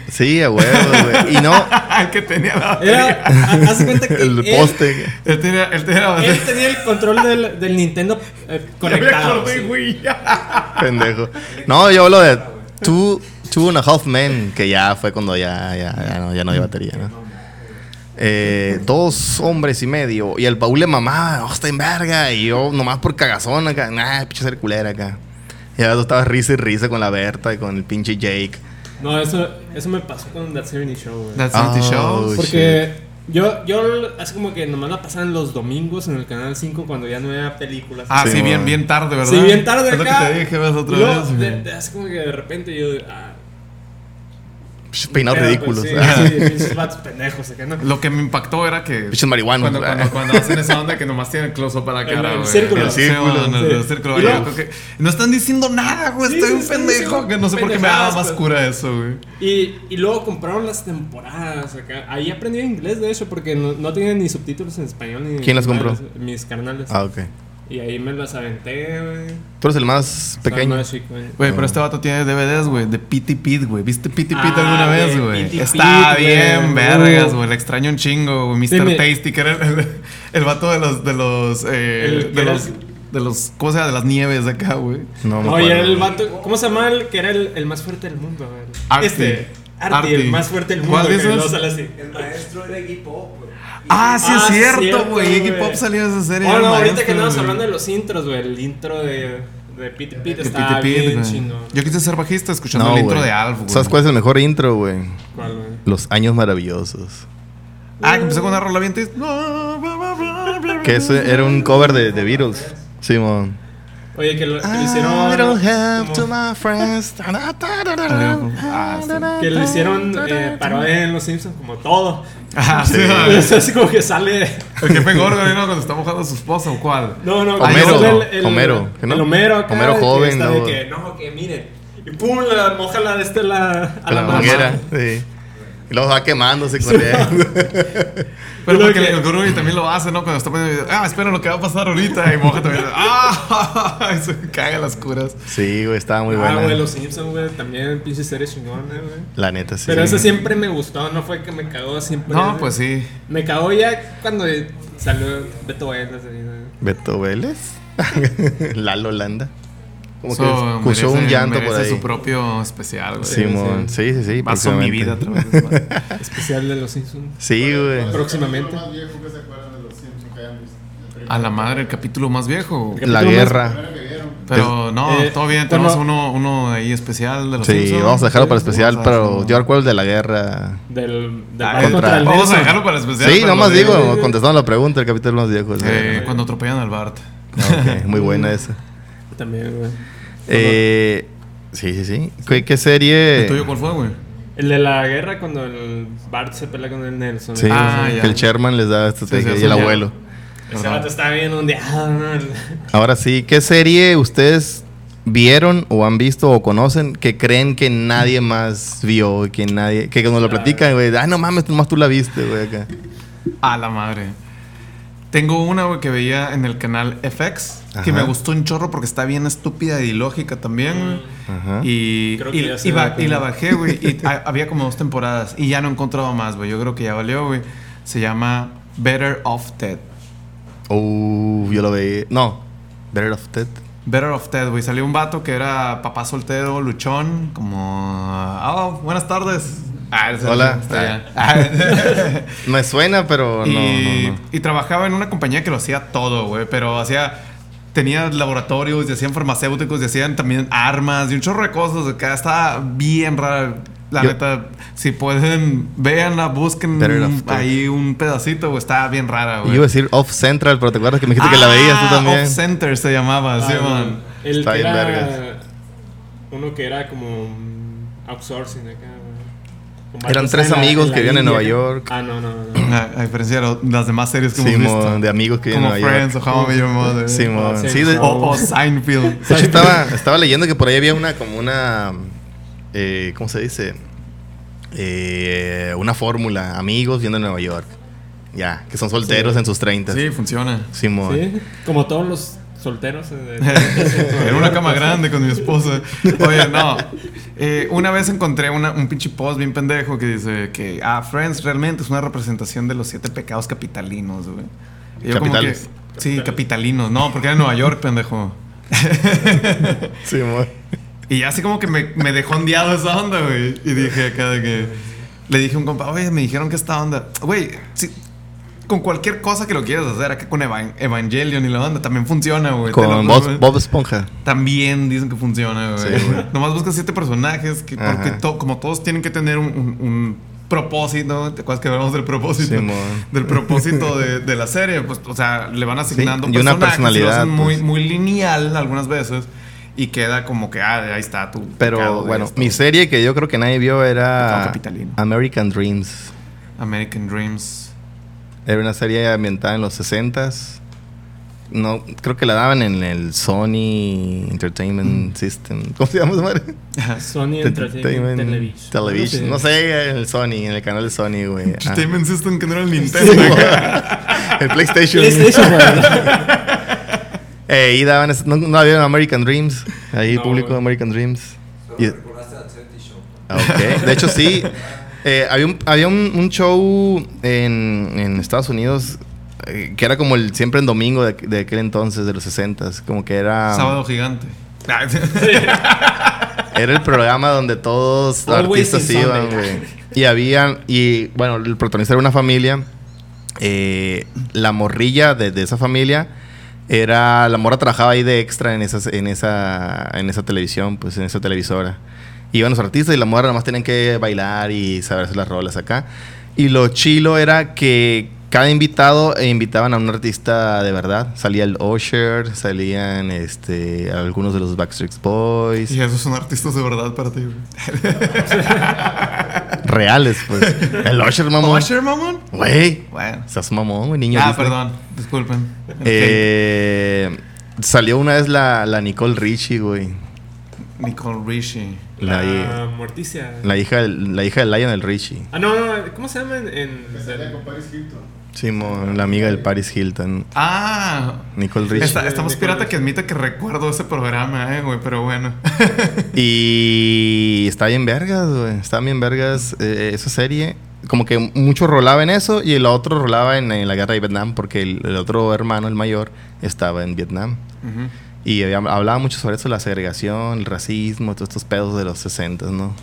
Sí, a huevo, güey. Y no... el que tenía la Era, ha- haz cuenta que [laughs] El él- poste. Él tenía, él tenía la Él [laughs] tenía el control del, del Nintendo Ya eh, me conectado. acordé, sí. güey. Pendejo. No, yo hablo de Two, two and a Half Men, que ya fue cuando ya, ya, ya no, ya no hay batería, ¿no? Eh, dos hombres y medio. Y el Paul le mamaba, oh, está en verga. Y yo, nomás por cagazón acá, nah, pinche ser culera acá. Y ahora tú estabas risa y risa con la Berta y con el pinche Jake. No, eso, eso me pasó con That 70 Show, güey. That's not the show. Oh, Porque yo, yo así como que nomás la pasaban los domingos en el canal 5 cuando ya no era películas. Ah, sí, Sí, bien, man. bien tarde, ¿verdad? Sí, bien tarde Es lo acá. que te dije, ves otra Y luego vez. güey. de- de- así como que de repente yo. Ah, Pinches peinados pero, ridículos. Pues, Ah, sí, [laughs] sí, pinches vatos pendejos acá, ¿no? Lo que me impactó era que. Pinches marihuanos. Cuando, cuando, cuando hacen esa onda que nomás tienen close-up para la El- cara, el güey. círculo. El Sí, círculo, man, el, sí. el círculo. Y Yo luego- creo que- no están diciendo nada, güey. Sí, Estoy sí, un sí, pendejo. sí. que no sé por qué me daba Pendejadas, más pues. cura eso, güey. Y, y luego compraron las temporadas acá. Ahí aprendí inglés, de hecho, porque no, no tienen ni subtítulos en español. Ni ¿Quién las compró? Mis carnales. Ah, ok. Y ahí me las aventé, güey. Tú eres el más Estaba pequeño. más chico, güey. Güey, pero este vato tiene DVDs, güey, de Pity Pit, güey. ¿Viste Pity Pit Ah, alguna güey, vez, güey? Pete Está Pete, bien, güey. vergas, Uh. güey. Le extraño un chingo, güey. Mr. Sí, me- Tasty, que era el, el- el vato de los. De los. eh, El que de era- los. De los. ¿Cómo se llama? De las nieves de acá, güey. No, me Oye, acuerdo. el vato. ¿Cómo se llama el que era el, el más fuerte del mundo? güey? Arti. Este. Arti, Arti. el más fuerte del mundo. ¿Cuál de que esos? luego sale así. El maestro era Iggy Pop, güey. Ah, sí, Ah, es cierto, cierto, güey. Iggy güey. Pop salió de esa serie. Bueno, era un Oh, ahorita maestro, que andamos güey. hablando de los intros, güey. El intro de, de Pete Pete De está Pete Pete, bien güey. chingón. Yo quise ser bajista escuchando el güey. intro de Alf, güey. ¿Sabes cuál es el mejor intro, güey? ¿Cuál, güey? Los años maravillosos. Ah, que empezó con una rola bien triste. Que eso era un cover de, de Beatles. Simón. Oye, que lo, que lo hicieron. I don't have como- to my friends. Ah, sí. Que lo hicieron eh, parodia en Los Simpsons, como todo. Ah, sí. güey. [laughs] Es así como que sale. El jefe Gorgon, ¿no? Cuando está mojando a su esposa, ¿o cuál? No, no, Homero, que sale Homero, ¿no? el Homero, acá, Homero que joven, está ¿no? De que, no, que miren. Y pum, la moja la de este la, a A la mamá. manguera. Sí. Y luego va quemándose corriendo. [laughs] Pero Lo porque que- el Gururi también lo hace, ¿no? Cuando está poniendo video, ah, espera lo que va a pasar ahorita. Y Moja también, ah, [laughs] se caga las curas. sí, güey, estaba muy Ah, buena. güey, los Simpsons, güey, también pinche serie chingona, güey. La neta, sí. Pero ese siempre me gustó, no fue que me cagó siempre. No, pues sí. Me cagó ya cuando salió Beto Baez la serie, güey. Beto Vélez. [laughs] Lalo Landa. Como Eso que escuchó merece- un llanto por merece ahí. su propio especial, güey. Simón, sí, sí, sí. Va a mi próximamente. vida otra vez. va. Especial de los Simpsons. [laughs] Sí, güey. Próximamente. más viejo que se acuerdan de los Simpsons que hayan visto. El primero A la madre, el capítulo más viejo. La guerra. que vieron. Pero no, Eh, todo bien. bueno. Tenemos uno, uno ahí especial de los Sí, Simpsons. vamos a dejarlo para especial, Vamos a pero dejarlo. yo recuerdo el de la guerra. Del, del Ah, contra- barco contra el Vamos a Nelson. dejarlo para especial. Sí, pero nomás lo digo. digo, contestando la pregunta, el capítulo más viejo. el de- Eh, cuando atropellan al Bart. Ok, [laughs] muy buena esa. También, güey. Eh, sí, sí, sí. ¿Qué, qué serie? ¿El tuyo cuál fue, güey? El de la guerra cuando el Bart se pelea con el Nelson. Sí, Ah, sí, ya. que el Sherman les da esta Sí, sí, y sí, el ya. abuelo. Ese vato está bien ondeado, ¿no? El- Ahora sí, ¿qué serie ustedes vieron o han visto o conocen que creen que nadie más vio? y Que nadie, que cuando lo platican, güey, ah, no mames, nomás tú la viste, güey, acá. A la madre. Tengo una, güey, que veía en el canal FX, que Ajá. me gustó un chorro porque está bien estúpida y lógica también, güey. Ajá. Y, Mm. Creo que y, ya sé y ba- la que y la no. bajé, güey. [laughs] Y ha- había como dos temporadas y ya no encontraba más, güey. Yo creo que ya valió, güey. Se llama Better Off Dead. Uh, yo lo veía. No, Better of Ted. Better Off Dead, güey. Salió un vato que era papá soltero, luchón, como. ah, Oh, buenas tardes. Ah, ese- Hola. está ya. [laughs] Ah. Me suena, pero no, y, no, no. y trabajaba en una compañía que lo hacía todo, güey. Pero hacía. Tenía laboratorios, y hacían farmacéuticos, y hacían también armas y un chorro de cosas. Acá estaba bien rara. La Yo- neta, si pueden, véanla, busquen Better un- Off Dead. ahí un pedacito, güey. Estaba bien rara, Y güey. yo iba a decir Off Central, pero te acuerdas que me dijiste que la veías tú Ah, también. Off Center se llamaba, sí, Ah, man. El Está que bien era vergas. uno que era como mm, outsourcing acá. güey. Con Eran vatos tres en la- amigos en la que vivían en India. Nueva York. Ah, no, no, [coughs] no. A, a diferencia de lo- las demás series que hemos visto. Simón, de amigos que vienen como a Nueva York. Friends o How I Met Your Mother. Simón, Sí, sí, de, O, o Seinfeld. de [laughs] hecho estaba, estaba leyendo que por ahí había una como una eh, ¿cómo se dice? Eh, una fórmula, amigos viendo en Nueva York. Ya, que son solteros en sus 30. Sí, funciona. Simón. Sí, como todos los solteros. [laughs] eh, [laughs] de- en una cama grande con mi esposa. Oye, no. Eh, una vez encontré una- un pinche post bien pendejo que dice que, ah, Friends realmente es una representación de los siete pecados capitalinos, güey. Y yo como que- Capitales. sí, capitalinos. No, porque era en Nueva York, pendejo. Simón. Y ya así como que me, me dejó ondeado esa onda, güey. Y dije acá de que. Le dije a un compa, oye, me dijeron que esta onda. Güey, si- con cualquier cosa que lo quieras hacer, acá con Evan- Evangelion y la onda, también funciona, güey. Te lo Con juro. Bob, Bob Esponja. También dicen que funciona, güey. Sí, güey. [laughs] Nomás buscas siete personajes, que, Ajá. porque to- como todos tienen que tener un, un- un propósito, ¿te acuerdas que hablamos del propósito? Simón. [laughs] Del [laughs] propósito de, de la serie, pues, o sea, le van asignando y una personajes, personalidad, lo hacen muy, pues. muy lineal algunas veces y queda como que, ah, ahí está tu. Pero pecado, güey, bueno, esto. mi serie que yo creo que nadie vio Pecado era capitalino. American Dreams. American Dreams. [laughs] Era una serie ambientada en los 60s. No, creo que la daban en el Sony Entertainment System. [laughs] ¿Cómo se llama esa madre? Sony Mm. Entertainment Television. Television. No [laughs] sé, en el Sony, en el canal de Sony, güey. Ah. Entertainment System que no era el Sí, Nintendo. [laughs] güey. el PlayStation. [laughs] PlayStation, güey. Eh, y daban, es- no, no había American Dreams. Ahí No, público güey. American Dreams. Solo Y- recordaste a Twenty Show. Ah, ok. De hecho, sí. Eh, había un, había un, un show en, en Estados Unidos eh, que era como el siempre en domingo de, de aquel entonces, de los 60s. Como que era. Sábado gigante. Era el programa donde todos los Always artistas in iban, Sunday. güey. Y habían, y bueno, el protagonista era una familia. eh, la morrilla de, de esa familia era. La morra trabajaba ahí de extra en, esas, en, esa, en esa televisión, pues en esa televisora. Iban los artistas y la morra nomás tenían que bailar y saberse las rolas acá. Y lo chilo era que cada invitado eh, invitaban a un artista de verdad. Salía el Usher, salían este, algunos de los Backstreet [laughs] Boys. y esos son artistas de verdad para ti, güey. reales, [laughs] pues. El Usher, mamón. Usher, mamón? Güey. Bueno. Estás mamón, güey, niño. ah, Disney. perdón. Disculpen. Eh, Salió una vez la, la Nicole Richie, güey. Nicole Richie. La, La Ah. hi- Ah, Morticia. la hija, del- la hija de Lionel Richie. Ah, no, no, no, ¿cómo se llama en...? en- Que salía con Paris Hilton. Simón, la amiga del Paris Hilton. Ah, Nicole Richie. Está- estamos Nicole pirata que admite que recuerdo ese programa, eh, güey, pero [laughs] bueno. Y está bien vergas, güey. Está bien vergas eh, esa serie. Como que mucho rolaba en eso y el otro rolaba en, eh, la guerra de Vietnam porque el, el otro hermano, el mayor, estaba en Vietnam. Ujú. Y había- hablaba mucho sobre eso, la segregación, el racismo, todos estos pedos de los 60, ¿no?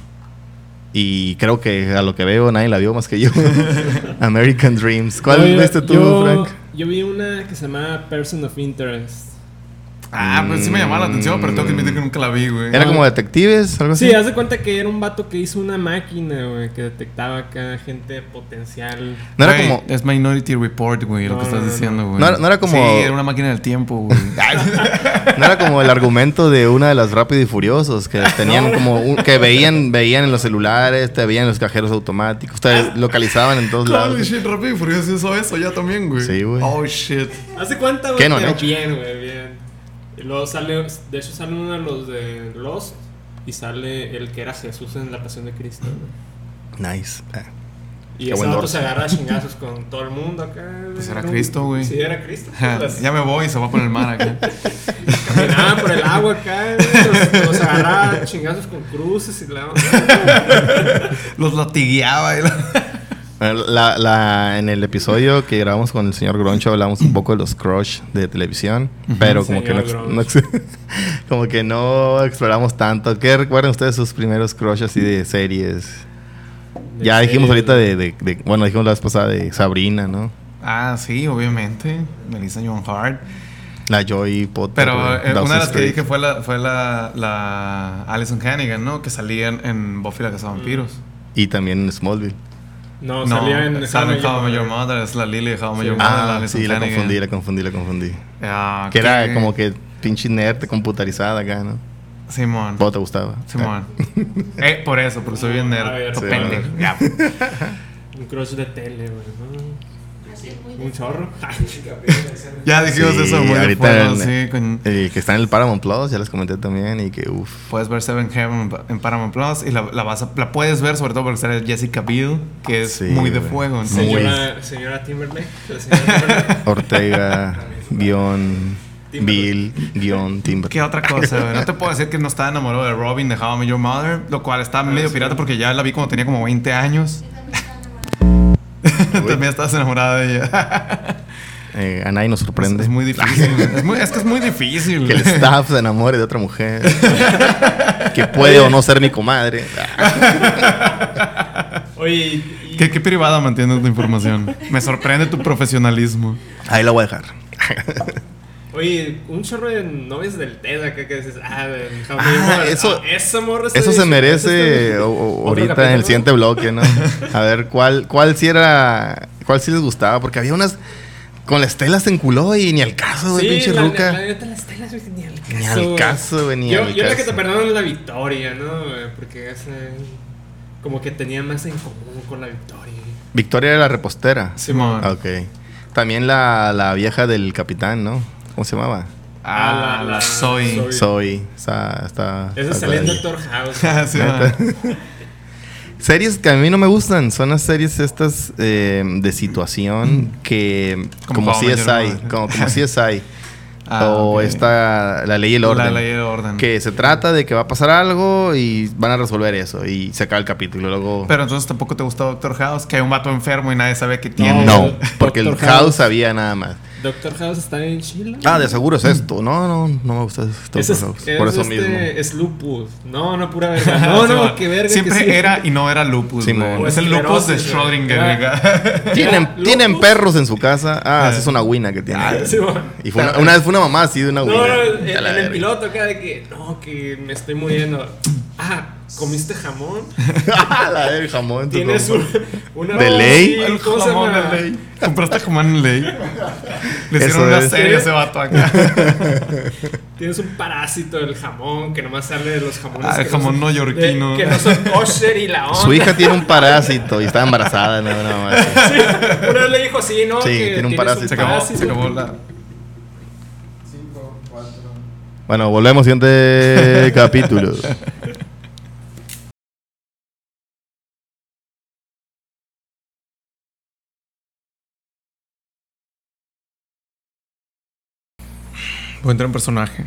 Y creo que a lo que veo nadie la vio más que yo. [laughs] American Dreams. ¿Cuál Oye, viste tú, yo- Frank? Yo vi una que se llamaba Person of Interest. Ah, pues sí me llamaba la atención, pero tengo que admitir que nunca la vi, güey. ¿Era como detectives? Algo así. Sí, haz de cuenta que era un vato que hizo una máquina, güey, que detectaba acá gente potencial. no era Güey, como. Es Minority Report, güey, lo No, que estás no, no. diciendo, güey. No era- no era como- Sí, era una máquina del tiempo, [laughs] güey. No era como el argumento de una de las Rápido y Furiosos que tenían como un- que veían veían en los celulares, te veían en los cajeros automáticos, te localizaban en todos Holy lados. shit, rápido y furioso hizo eso ya también, güey. Sí, güey. Oh [laughs] shit. ¿Hace cuánta, güey? ¿Qué no han pero hecho? bien, güey, bien. Y luego sale, de hecho sale uno de los de Lost y sale el que era Jesús en la Pasión de Cristo, güey. Nice. Ah. Y Qué ese buen vato dorso. se agarra a chingazos con todo el mundo acá. güey. Pues era Cristo, güey. Sí, era Cristo. Las- ya me voy, se va a poner el mar acá. Caminaban por el agua acá, güey. Los, los agarraba a chingazos con cruces y la [laughs] Los [laughs] latigueaba. y la- Bueno, Eh, La, la- en el episodio que grabamos con el señor Groncho hablamos un poco de los crush de televisión, pero como que, no, Señor ex- no ex- [laughs] como que no exploramos tanto. ¿Qué recuerdan ustedes sus primeros crush así de series? [laughs] ya dijimos ahorita de, de- de- bueno, dijimos la vez pasada de Sabrina, ¿no? Ah, sí, obviamente. Melissa John Hart. La Joy Potter. Pero güey, eh, una Dawson de las que Creek. dije fue la, fue la, la Alison Hannigan, ¿no? Que salía en, en Buffy la Casa de Vampiros. Y también en Smallville. No, Mm. No, salía en sale en How I Met Your Mother. Mother, es la Lily de How I Met Sí. Your Mother, la Ah, Alison sí, la Hannigan. confundí, la confundí, la confundí. Ah, Que ok. era como que pinche nerd computarizada acá, ¿no? Simón. ¿Vos te gustaba? [laughs] Simón. Eh, por eso, porque soy bien A nerd. ver, So sí, pendejo. a Ya. Un crush de tele, güey. ¿no? Un chorro. Ah. Ya dijimos Sí, eso muy de ahorita fuego, en- sí, con- Eh, que está en el Paramount Plus, ya les comenté también, y que uff. Puedes ver Seven Heaven en Paramount Plus y la, la vas a- la puedes ver sobre todo porque sale Jessica Biel, que es Sí, muy de güey. fuego. ¿no? Muy. Señora, señora Timberlake. La señora Timberlake. Ortega, guión, Bill, guión, Timber. ¿Qué otra cosa? güey? No te puedo decir que no estaba enamorado de Robin de How I Met Your Mother, lo cual está medio pirata porque ya la vi cuando tenía como 20 años. [laughs] También estás enamorada de ella. Eh, a nadie nos Es, sorprende. es [laughs] muy difícil. es, muy- es que es muy difícil. que el staff se enamore de otra [laughs] mujer. que puede o no ser mi comadre. Oye, y- [laughs] y- ¿Qué, qué privada mantienes tu información? Me sorprende tu profesionalismo. Ahí la voy a dejar. oye, un chorro de novias del TED acá que dices, ah, de How Ah, I Met Your Mother. eso- Ah, esa morra está Eso se bien- esa merece está o- bien- o- Otro ahorita en el capítulo. siguiente bloque, ¿no? A ver, ¿cuál, cuál sí era. ¿Cuál sí les gustaba? Porque había unas. Con la Estela se enculó y ni al caso, güey, Sí, pinche la, ruca. La, la neta, las telas, güey, ni al caso. Ni al güey. caso, güey, ni yo, al yo la que caso. te perdono es la victoria, ¿no? güey? Porque es eh, como que tenía más en común con la victoria. Victoria era la repostera. Simón. Ah, Ok. También la, la vieja del capitán, ¿no? ¿Cómo se llamaba? Ah, la soy. Zoe. Soy. Está. está Esa está salió en ahí. Doctor House. güey. [laughs] [laughs] Sí, va. Series que a mí no me gustan son las series estas eh, de situación que Como como How I Met Your CSI, Mother. como, como CSI Ah, o ok. esta la ley y Oh, el orden. La ley de orden. Que se trata de que va a pasar algo y van a resolver eso y se acaba el capítulo luego. Pero entonces tampoco te gustó Doctor House, que hay un vato enfermo y nadie sabe qué tiene. [laughs] no, Doctor porque el House. House sabía nada más. Doctor House está en Chile. Ah, de seguro es esto. No, no, no me gusta esto. es, House. es Por eso este, mismo. Es lupus. No, no, pura verga. No, [laughs] no, qué verga. que Siempre sí. era y no era lupus. Simón. güey. es el lupus de Esclerosis, güey. Schrödinger. Era- [laughs] güey. ¿Tienen, Locos. tienen perros en su casa. Ah, esa es una guina que tiene. [laughs] Sí, bueno. y fue una, una vez fue una mamá así de una No, guina. no, en, A la en el verga. piloto acá de que no, que me estoy muriendo. Ah, ¿comiste jamón? [laughs] [laughs] A la del jamón. en tu Tienes compa. un, una. ¿De ley? el ¿Cómo se jamón llama? en ley. Compraste jamón en ley. Le hicieron Eso una es. serie a ese vato [laughs] acá. Tienes un parásito del jamón que nomás sale de los jamones. Ah, el que jamón son- neoyorquino. de- Que no son [laughs] kosher y la onda. Su hija tiene un parásito y está embarazada. No, no, más. Sí, una vez le dijo, sí, no. Sí, que tiene un tienes parásito. Se acabó, se acabó la. 5, 4, Bueno, [laughs] volvemos siguiente Eh, capítulo. Voy a entrar en personaje.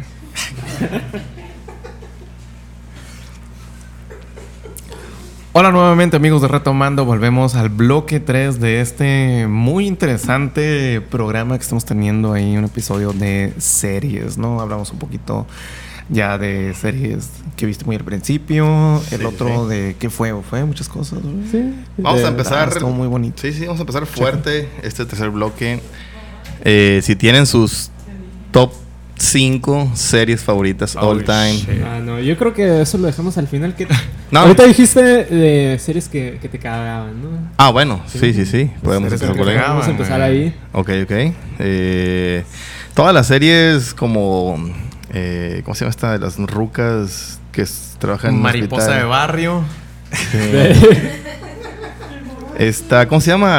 Hola nuevamente amigos de Retomando, volvemos al bloque 3 de este muy interesante programa que estamos teniendo ahí, un episodio de series, ¿no? Hablamos un poquito ya de series que viste muy al principio, el Sí, otro sí. de qué fue o fue, muchas cosas. güey. Vamos a De verdad, empezar. estuvo muy bonito. Sí, sí, vamos a empezar fuerte este tercer bloque. Eh, si tienen sus top 5 series favoritas all time. Ah, no, yo creo que eso lo dejamos al [laughs] final. Que... No. Ahorita dijiste de series que, que te cagaban, ¿no? Ah, bueno, sí, sí, sí. Podemos Series empezar que por ahí. cagaban. Vamos a empezar güey. ahí. Ok, ok. Eh, todas las series como... eh, ¿Cómo se llama esta? De las rucas que s- trabajan en un Mariposa de hospital. barrio. Sí. [laughs] Esta, ¿cómo se llama?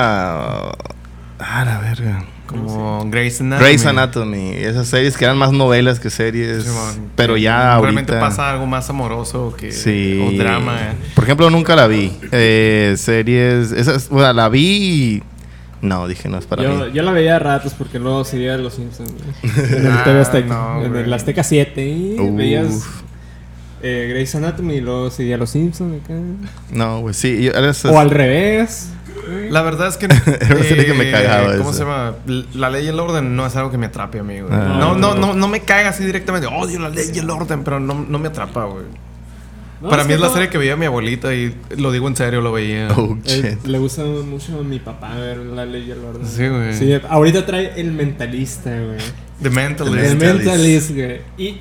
Ah, la verga. Como Grey's Anatomy. Grey's Anatomy, esas series que eran más novelas que series, Simón. pero ya ahorita... Realmente pasa algo más amoroso que Sí. o drama. eh. Por ejemplo, nunca la vi. Eh, series, esas, o sea, la vi y... No, dije, no es para yo, mí. yo la veía a ratos porque luego seguía Los Simpsons. [laughs] güey. En el Ah, TV Azteca. no, en el güey. Azteca 7. Y Uf. veías eh, Grey's Anatomy y luego seguía Los Simpsons. acá. No, güey, sí. yo- esas- O al revés. La verdad es que [laughs] Eh, Era una serie que me cagaba ¿Cómo esa. se llama? L- La ley y el orden no es algo que me atrape a mí, güey. Ah. no, no, no, no me caga así directamente. Odio la ley y el orden, pero no, no me atrapa, güey. No, Para mí que es la no. serie que veía mi abuelita y lo digo en serio, lo veía. [laughs] Oh, shit. Eh, le gusta mucho a mi papá ver la ley y el orden. Sí, güey. Sí, ahorita trae el mentalista, güey. The Mentalist. El Mentalist. Mentalist, güey. Y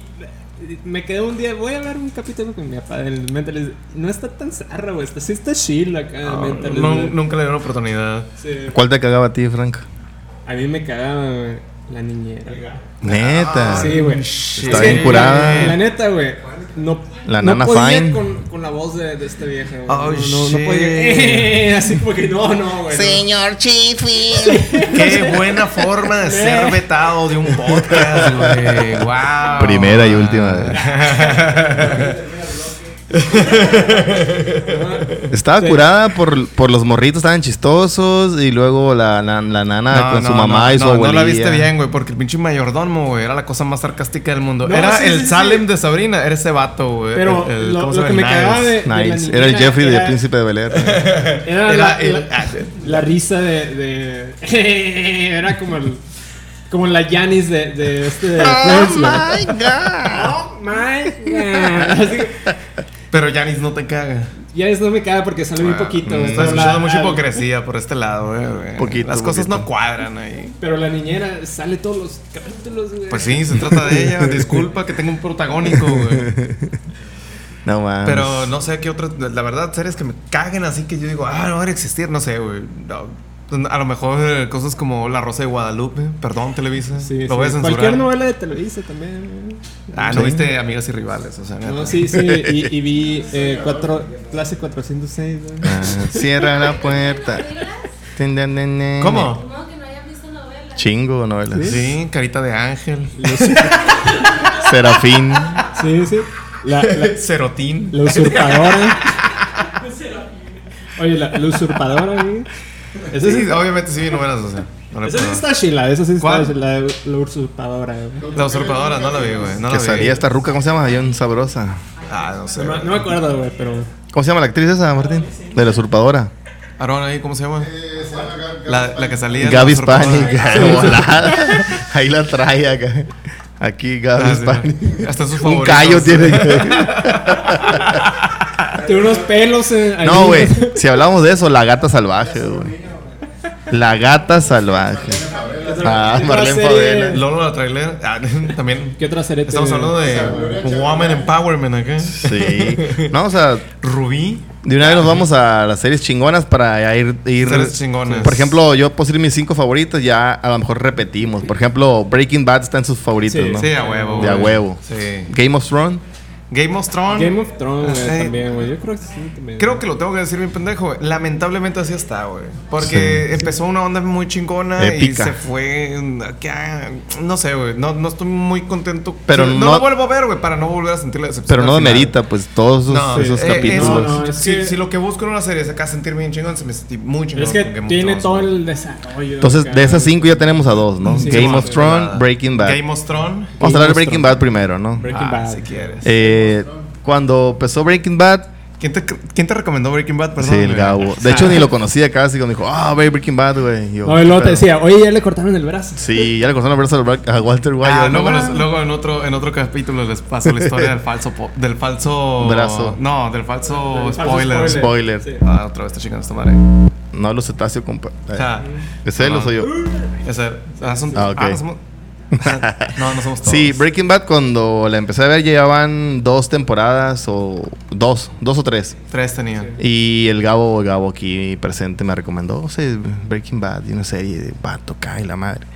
me quedé un día, voy a ver un capítulo con mi papá del Mentalist. No está tan zarra, güey. Está, sí está chill acá, No, Mentalist. Ah, no- güey. nunca le dieron oportunidad. Sí. ¿Cuál te cagaba a ti, Frank? A mí me cagaba, güey. La niñera. Neta. Ah, Sí, güey. Está Es bien que, curada. La, la neta, güey. No, La no nana podía Fine. Con, con la voz de, de esta vieja, güey. Oh, no, no, no shit. podía. [laughs] "Eh", así como que no, no, güey. Señor Chifil. Qué buena forma de [laughs] ser vetado de un podcast, güey. Wow. Primera y última vez. [laughs] Estaba curada por, por los morritos, estaban chistosos. Y luego la, na- la nana No, Ah, con no, su mamá no, y su no, abuelita. No la viste bien, güey, porque el pinche mayordomo, güey, era la cosa más sarcástica del mundo. No, era sí, el sí, Salem sí. de Sabrina, era ese vato, güey. Pero El- el- lo- ¿cómo se lo llama? que me Niles. [laughs] cagaba de- Nice. de la Era el niñera Jeffrey de era- Príncipe de Bel [laughs] Air. Era, Era la, el- ah, la- [laughs] la risa de. de- [laughs] era como el. Como la Janis de, de [laughs] este de Ah, Friends, güey. [laughs] Oh my god. Así que Pero Janis no te caga. Mm, Janis no me caga porque sale Ah, muy poquito. güey, Estás pero la- escuchando mucha la- hipocresía por este lado, güey, güey. Poquito, Las cosas poquito. no cuadran ahí. Pero la niñera sale todos los capítulos, güey. Pues sí, se trata de [laughs] ella. Disculpa que tengo un protagónico, güey. No mames. Pero no sé qué otras. La verdad, series que me caguen así que yo digo, ah, no van a existir, no sé, güey. No. A lo mejor eh, cosas como La Rosa de Guadalupe. Perdón, Televisa. Sí, lo sí. voy a censurar. Cualquier novela de Televisa también. güey. Ah, no viste Amigas y Rivales, o sea, No, neta. sí, [laughs] sí. Y, y vi eh, cuatro, clase 406, güey. Ah, cierra la puerta. Tin, din, din, din. ¿Cómo? No, que no hayan visto novela. Chingo novelas. Sí, carita de ángel. [laughs] Serafín. Sí, sí. La, la- Cerotín. La usurpadora. Oye, la, la usurpadora, güey. Esa Sí, sí, sí, obviamente sí, novelas, o sea. no le esa sí puedo. está chila, esa sí está ¿Cuál? chila, la, la usurpadora, güey. La usurpadora, no la vi, güey. No la que vi. salía esta ruca, ¿cómo se llama? Bien sabrosa. Ah, no sé. No, güey. me- no me acuerdo, güey, pero. ¿Cómo se llama la actriz esa, Martín? De la usurpadora. Aarón ahí, ¿cómo se llama? Eh, se llama Gab- Gab- La, la que salía. en Gaby La Usurpadora. [laughs] Spanik. de volada. Ahí la trae acá. Aquí Gaby Ah, sí, Spanik. güey. Hasta sus Un favoritos. callo tiene que- Tiene unos pelos. eh, ahí. No, güey. Si hablamos de eso, la gata salvaje, güey. La gata salvaje. Ah, Otra Marlene serie- Favela. Lolo la trailer. Ah, [laughs] también. ¿Qué otra serie te- Estamos hablando de Woman Empowerment acá. Sí. No, o sea, Rubí. de una vez nos vamos a las series chingonas para ya ir. ir Series chingonas. Por ejemplo, yo puedo decir mis cinco favoritas, ya a lo mejor repetimos. Por ejemplo, Breaking Bad está en sus favoritos, Sí, ¿no? Sí, a huevo. De a güey. huevo. Sí. Game of Thrones. Game of Thrones. Ah, Game of Thrones, güey, Sí. también, güey. Yo creo que sí. también. Creo que lo tengo que decir bien pendejo. güey. Lamentablemente así está, güey. Porque empezó una onda muy chingona Épica. y se fue. mm, acá, No sé, güey. No, no estoy muy contento. Pero no, no- lo vuelvo a ver, güey, para no volver a sentir la decepción. Pero al no final. demerita, pues, todos esos, No, esos eh, capítulos. es- No, no, es si, que- si lo que busco en una serie es acá sentirme bien chingón, se me sentí muy chingón. Es que con Game of tiene Thrones, todo güey. el desarrollo. Entonces, acá, de esas güey. cinco ya tenemos a dos, ¿no? Sí, Game no, of Thrones, Breaking Bad. Game of Thrones. Vamos a hablar de Game of Breaking Thrones. Bad primero, ¿no? Breaking Ah, Bad. si quieres. Eh, cuando empezó Breaking Bad, ¿Quién, te, ¿Quién te recomendó Breaking Bad? Perdón, Ah, sí, el güey. Gabo. De hecho, ni lo conocía casi cuando dijo, ah, ve Breaking Bad, güey. Y yo, No, y luego te pero- decía, oye, ya le cortaron el brazo. Sí, ya le costaron la a Walter White. Ah, yo, no luego, mames. los- luego en otro en otro capítulo les paso la historia del falso po- del falso Brazo. No, del falso Del falso Oh, spoiler. Ah, spoiler. Spoiler. Sí. Ah, otra vez está chingando esta madre. No hablo cetáceo, compa. Eh, Ah, ¿Es él o soy yo? ese- ah, son- Ah, ok. ah, no somos- no, no somos todos. [laughs] Sí, Breaking Bad cuando la empecé a ver llevaban dos temporadas o dos, dos o tres. Tres tenían. Y el Gabo, Gabo aquí presente me recomendó, o sea, Breaking Bad, y una serie de vato, cae la madre.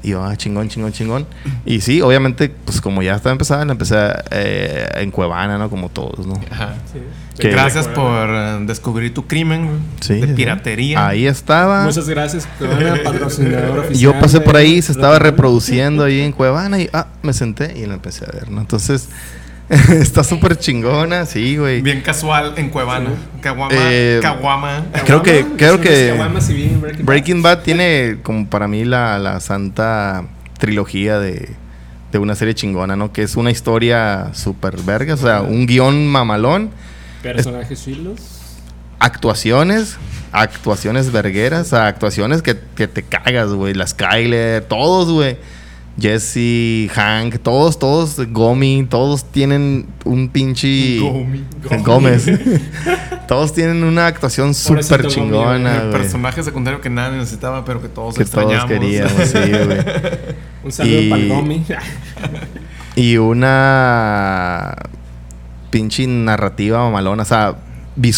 Y yo, ah, chingón, chingón, chingón. Y sí, obviamente, pues como ya estaba empezada, la empecé eh, en Cuevana, ¿no? Como todos, ¿no? Ajá. Sí. Que- Gracias por eh, descubrir tu crimen Sí, de sí. piratería. Ahí estaba. Muchas gracias, Cuevana, patrocinador oficial. Yo pasé por ahí, de- se estaba reproduciendo ahí en Cuevana y ah, me senté y la empecé a ver, ¿no? Entonces, [laughs] está súper chingona, sí, güey. Bien casual en Cuevana. Caguama. Eh, Caguama. Creo que, Caguama, creo son las que caguamas y bien Breaking Bad. Breaking Bad tiene como para mí la, la santa trilogía de, de una serie chingona, ¿no? Que es una historia súper verga, o sea, un guión mamalón, Personajes chilos. actuaciones, actuaciones vergueras, o sea, actuaciones que, que te cagas, güey. Las Skyler, todos, güey. Jesse, Hank, todos, todos, Gomi, todos tienen un pinche. Oh, [laughs] Gómez. todos tienen una actuación Pobrecito súper Gomi, chingona, El güey. personaje secundario que nadie necesitaba, pero que todos Que todos extrañamos. queríamos, sí, güey. [laughs] Un saludo Y- para el Gomi. [laughs] Y una pinche narrativa mamalona. O sea,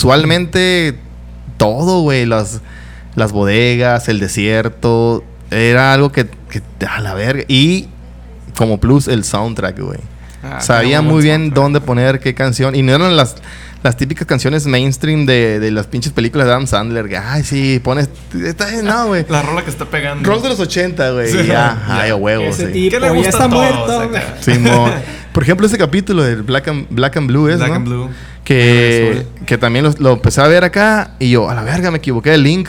visualmente todo, güey. Las, las bodegas, el desierto. Era algo que, que- A la verga. Y como plus, el soundtrack, güey. Ah, Sabía tenemos muy mucho bien soundtrack. dónde poner qué canción. Y no eran las, las típicas canciones mainstream de, de las pinches películas de Adam Sandler. que, Ay, sí, pones. esta- No, güey. La rola que está pegando. Rolls de los 80, güey. Sí. Ya, ay, a huevo. Ese sí. tipo ¿Qué le ya gusta está a todos muerto. acá? güey. Simón. Por ejemplo, ese capítulo del Black and, Black and Blue es, Black ¿no? and Blue. Que, que también los- lo, empecé a ver acá y yo, a la verga, me equivoqué del link.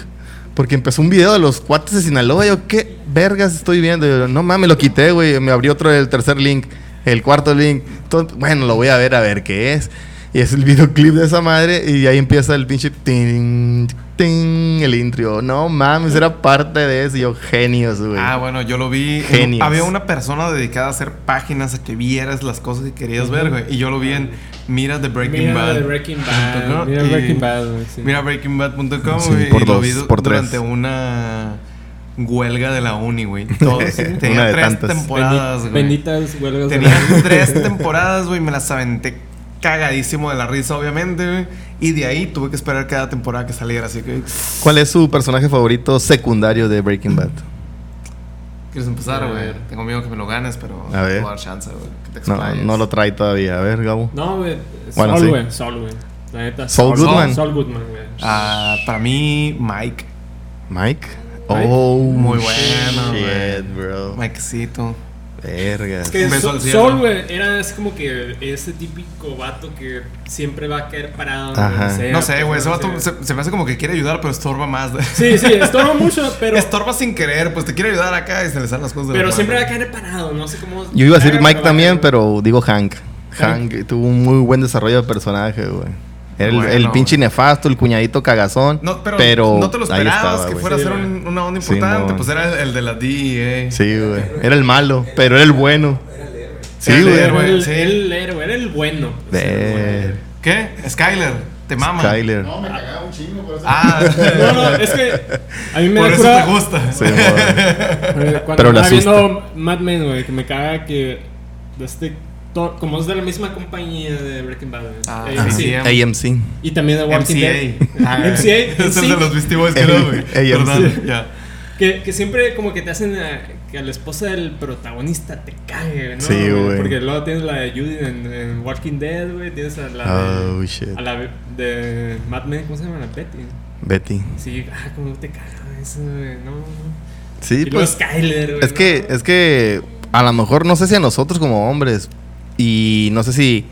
Porque empezó un video de los cuates de Sinaloa. Yo, ¿qué vergas estoy viendo? Yo, no mames, lo quité, güey. Me abrió otro, el tercer link, el cuarto link. Entonces, bueno, lo voy a ver a ver qué es. Y es el videoclip de esa madre. Y ahí empieza el pinche ting, ting, el intro. No mames, era parte de eso. Y yo, genios, güey. Ah, bueno, yo lo vi. Genios. Había una persona dedicada a hacer páginas a que vieras las cosas que querías ver, güey. Y yo lo vi en Mira de Breaking Mira Bad. de Breaking Bad. [laughs] Punto com Mira y- Breaking Bad, güey, sí. Mira breakingbad.com, Sí, güey. por y lo dos, vi du- por tres. durante una huelga de la uni, [laughs] güey. Todos Una tenían de tres tantas. temporadas, Bendi- güey. Benditas huelgas de Tenía la- tres temporadas, güey, me las aventé cagadísimo de la risa, obviamente, güey. Y de ahí tuve que esperar cada temporada que saliera, así que... ¿Cuál es su personaje favorito secundario de Breaking Bad? ¿Quieres empezar, A güey? ver. Tengo miedo que me lo ganes, pero A no ver. te voy a dar chance, güey. Que te No, explayes. no lo trae todavía. A ver, Gabo. No, güey. Bueno, sí. Sol, güey. Sol, güey. La neta. Saul Goodman. Sol Goodman, güey. Ah, para mí, Mike. Mike. Oh, Muy bueno, shit, güey. bro. Mikecito. Verga. Es que Beso Sol- al cielo. Sol, güey, era así como que ese típico vato que siempre va a caer parado. güey, Ajá. sea, No sé, pues, güey. Ese no vato sé. se, se me hace como que quiere ayudar, pero estorba más. [laughs] Sí, sí, estorba mucho, pero, Estorba sin querer, pues te quiere ayudar acá y se le salen las cosas de la pero mano. siempre va a caer parado. No sé cómo. Yo iba a decir Claro, Mike pero va a también, caer- pero digo Hank. Hank tuvo un muy buen desarrollo de personaje, güey. El, Bueno, el pinche güey. nefasto, el cuñadito cagazón. No, pero, no te lo ahí esperabas estaba, que güey. fuera a Sí, ser güey. un- una onda importante. Simón. pues era el, el de la E DEA. Sí, güey. Era el malo, pero era el bueno. Sí, Era el güey. héroe. Era el, Sí. el héroe, era el bueno. Ver. ¿Qué? Skyler, te mama. Skyler. No, me cagaba un chingo por eso. Ah, [laughs] No, no, es que a mí me por da eso cura- te gusta. Sí, [laughs] güey. Eh, Cuando Pero le estaba asusta. viendo Mad Men, güey, que me caga que de este to- como es de la misma compañía de Breaking Bad, güey, Ah, ABC, ajá. AMC. y también de Walking MCA. Dead, [laughs] [laughs] Ah, MCA, Es el de los Beastie Boys que Ey, no, güey. ey, Perdón, MCA. ya. Que, que siempre como que te hacen a, que a la esposa del protagonista te cague, ¿no? Sí, güey. Porque luego tienes la de Judy en, en Walking Dead, güey. Tienes a la, de, Oh, shit. a la de Mad Men, ¿cómo se llama? La Betty. Betty. Sí, ah, como te caga eso, güey. No, no. Sí, Y luego pues. Skyler, güey. Es ¿no? que, es que a lo mejor no sé si a nosotros como hombres y no sé si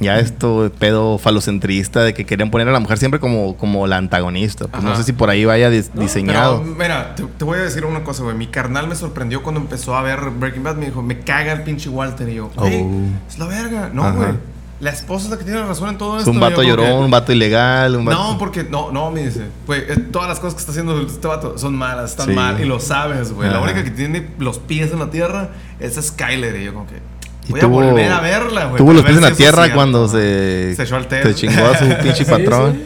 ya esto de pedo falocentrista de que querían poner a la mujer siempre como, como la antagonista. Pues no Ajá. sé si por ahí vaya dis- diseñado. Pero, mira, te, te voy a decir una cosa, güey. Mi carnal me sorprendió cuando empezó a ver Breaking Bad. Me dijo, me caga el pinche Walter. Y yo, "Ey, Oh. es la verga. No, Ajá. güey. La esposa es la que tiene la razón en todo Es esto. un Y yo vato como llorón, que- un vato ilegal, un vato... No, porque no, no, me dice, güey, eh, todas las cosas que está haciendo este vato son malas, están Sí. mal y lo sabes, güey. La Ajá. única que tiene los pies en la tierra es Skyler y yo como que Y voy tuvo- a volver a verla, güey. Tuvo para los ver pies si en la eso tierra es cierto. cuando se, Se echó al te Ted. [laughs] chingó a su pinche patrón.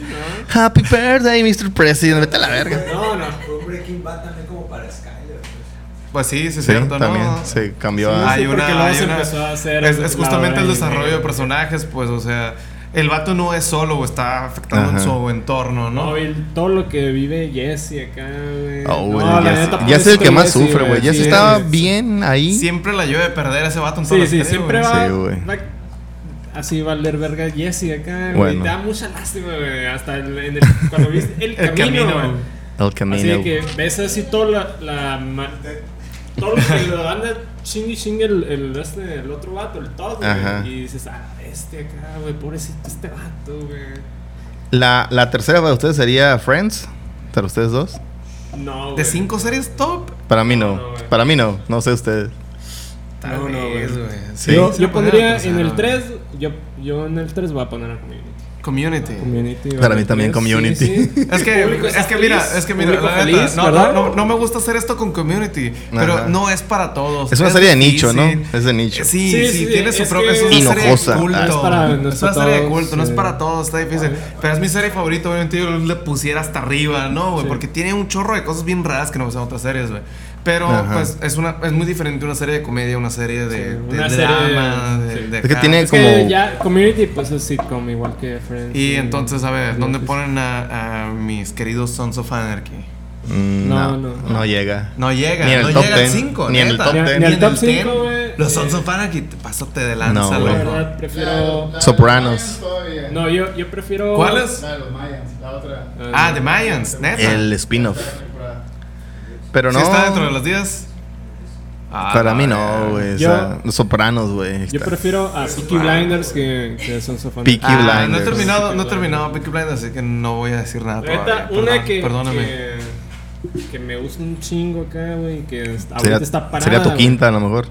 Happy birthday, Mr. President. Vete a la verga. No, no. Fue un Breaking Bad también como para Skyler. pues. Pues sí, sí es Sí, cierto, también ¿no? se cambió a... Hay sí, porque una, luego hay se una- empezó a hacer es, es la justamente hora el y desarrollo de media. personajes, pues, o sea, el vato no es solo, está afectando en Ajá. su entorno, ¿no? No, el- todo lo que vive Jesse acá, güey. Oh, güey, No, la Jesse. neta, Jesse es pues, el que pobrecito más Jesse, sufre, güey. Jesse sí, estaba güey. bien ahí. Siempre la lleva de perder a ese vato en todas Sí, las sí, series, siempre güey. va. Sí, güey. va- Así valer verga Jesse acá, güey. Bueno. Te da mucha lástima, güey. Hasta el- en el- cuando viste [laughs] el, El camino, camino, güey. El Así camino. de que ves así toda la. la ma- todo lo que lo anda chingue chingue el, el, este, el otro vato, el Todd, güey. Ajá. Y dices, ah, este acá, güey, pobrecito este vato, güey. La, la tercera para ustedes sería Friends. Para ustedes dos. No, güey. De cinco series top. Para mí no. No, güey. Para mí no. No sé ustedes. Tal No, no, vez, güey. Sí. Yo, Se yo la pondría ponen a en el tercera, 3, yo, yo en el 3 voy a poner a Community. Community. Community Para mí también Community. [laughs] Es que, Público es está que mira, feliz, es que mira, público la neta, feliz, no, ¿verdad? no, no, no me gusta hacer esto con community, Ajá. pero no es para todos. Es una serie de nicho, ¿no? difícil. Es de nicho. Sí, Sí, sí, sí, tiene su es propio. que- Es una serie Hinojosa. de culto. Ah, es para es nuestro una serie de todos, culto, no es sí. para todos, está difícil. Pero es mi serie favorita, obviamente yo le pusiera hasta arriba, ¿no? güey? Sí. Porque tiene un chorro de cosas bien raras que no pasan en otras series, güey. Pero Ajá. pues es una es muy diferente una serie de comedia, a una serie de, Sí, de una serie de- drama, de, sí. de Es que acá. tiene Es que como- ya Community pues es sitcom igual que Friends. Y entonces, a ver, ¿dónde Sí, ponen a, a mis queridos Sons of Anarchy? Mm, no, No, no. no. llega. No llega, Ni en el no top llega al 10, 5, ni en el top Ni- 10. ni al top 10. cinco, güey. Los Eh, Sons of Anarchy, pásate de lanza, No, La güey. loco. verdad prefiero pues. La- la de Sopranos. los Mayans todavía. No, yo yo prefiero ¿Cuál es? La de los Mayans, la otra. Eh, Ah, The Mayans, neta. El spin-off. La temporada. Pero no. ¿Sí está dentro de los 10? Ah, Para mí verga. no, güey. O Yo- sea, los sopranos, güey. Yo prefiero Pues, a Peaky Blinders que que Sons of Anarchy. Peaky Ah, no he Blinders. terminado, no he terminado Peaky Blinders, así que no voy a decir nada La neta, Ah, todavía. una Perdón, que Perdóname. que- que me gusta un chingo acá, güey, que está- ahorita Sería, está parada. sería tu güey. quinta, a lo mejor.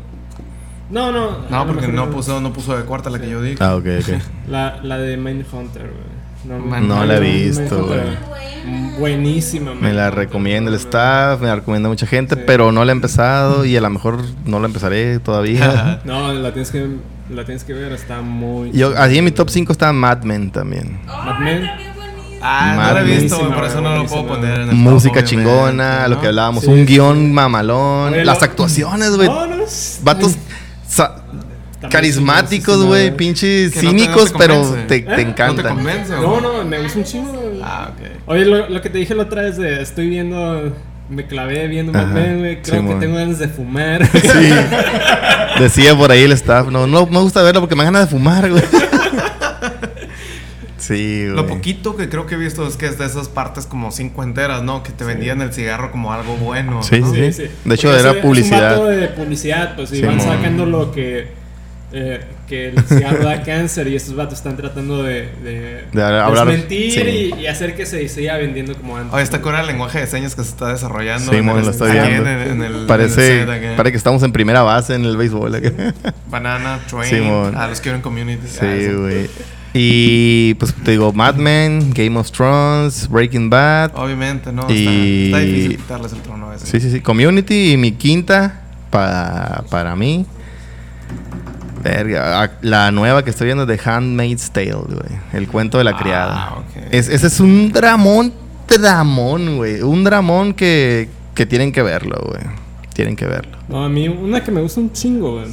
No, no. a No, lo porque mejor no puso, no puso de cuarta la que yo dije. Ah, ok, ok. [laughs] La, la de Mindhunter, güey. No no la he visto, Mindhunter, güey. güey. Buenísima, Me la Mindhunter, recomienda el güey. staff, me la recomienda mucha gente, Sí. pero no la he empezado y a lo mejor no la empezaré [laughs] todavía. No, la tienes que, la tienes que ver, está muy. Yo, así en mi top 5 está Mad Men también. Mad Men. Ah, no la he Madre visto, güey, mía. por eso no lo puedo Buenísima. poner en el top, Música obviamente, chingona, lo que ¿no? hablábamos, Sí, un sí. guión mamalón, Oye, las lo- actuaciones, güey. No, no, es- Vatos sa- carismáticos, güey, pinches Que no te- no te cínicos, pero convence. te, ¿Eh? te ¿No No te te encantan. [laughs] convence? No, güey? no, me gusta un chingo, güey. Ah, ok. Oye, lo, lo que te dije la otra vez de estoy viendo. Me clavé viendo Mad Ajá, Men, güey. Creo que Simón. tengo ganas de fumar. [laughs] Sí. [laughs] Decía por ahí el staff, no, no me gusta verlo porque me dan ganas de fumar, [laughs] güey. Sí, Lo güey. poquito que creo que he visto es que es de esas partes como cincuenteras, ¿no? Que te vendían el cigarro como algo bueno. Sí, ¿no? sí. De hecho, Porque era es- publicidad. Es un vato de publicidad, pues, y Sí, van mon. sacando lo que. eh, que el cigarro da cáncer y estos vatos están tratando de. de, De hablar- desmentir sí. y, y hacer que se siga vendiendo como antes. Oye, está con el lenguaje de señas que se está desarrollando. Sí, en mon, el- lo estoy aquí viendo. en el- en el- Parece, en el set acá. parece que estamos en primera base en el béisbol. acá. Banana, Train, Sí, mon. a los que ven community. Ah, [laughs] Sí, güey. Y pues te digo, Mad Men, Game of Thrones, Breaking Bad. Obviamente, ¿no? Y- Está, está difícil quitarles el trono a ese. Sí, sí, sí. Community y mi quinta para, para mí. Verga, ah, la nueva que estoy viendo es The Handmaid's Tale, güey. El cuento de la Ah, criada. ok. Es- ese es un dramón, dramón, güey. Un dramón que, que tienen que verlo, güey. Tienen que verlo. No, a mí una que me gusta un chingo, güey,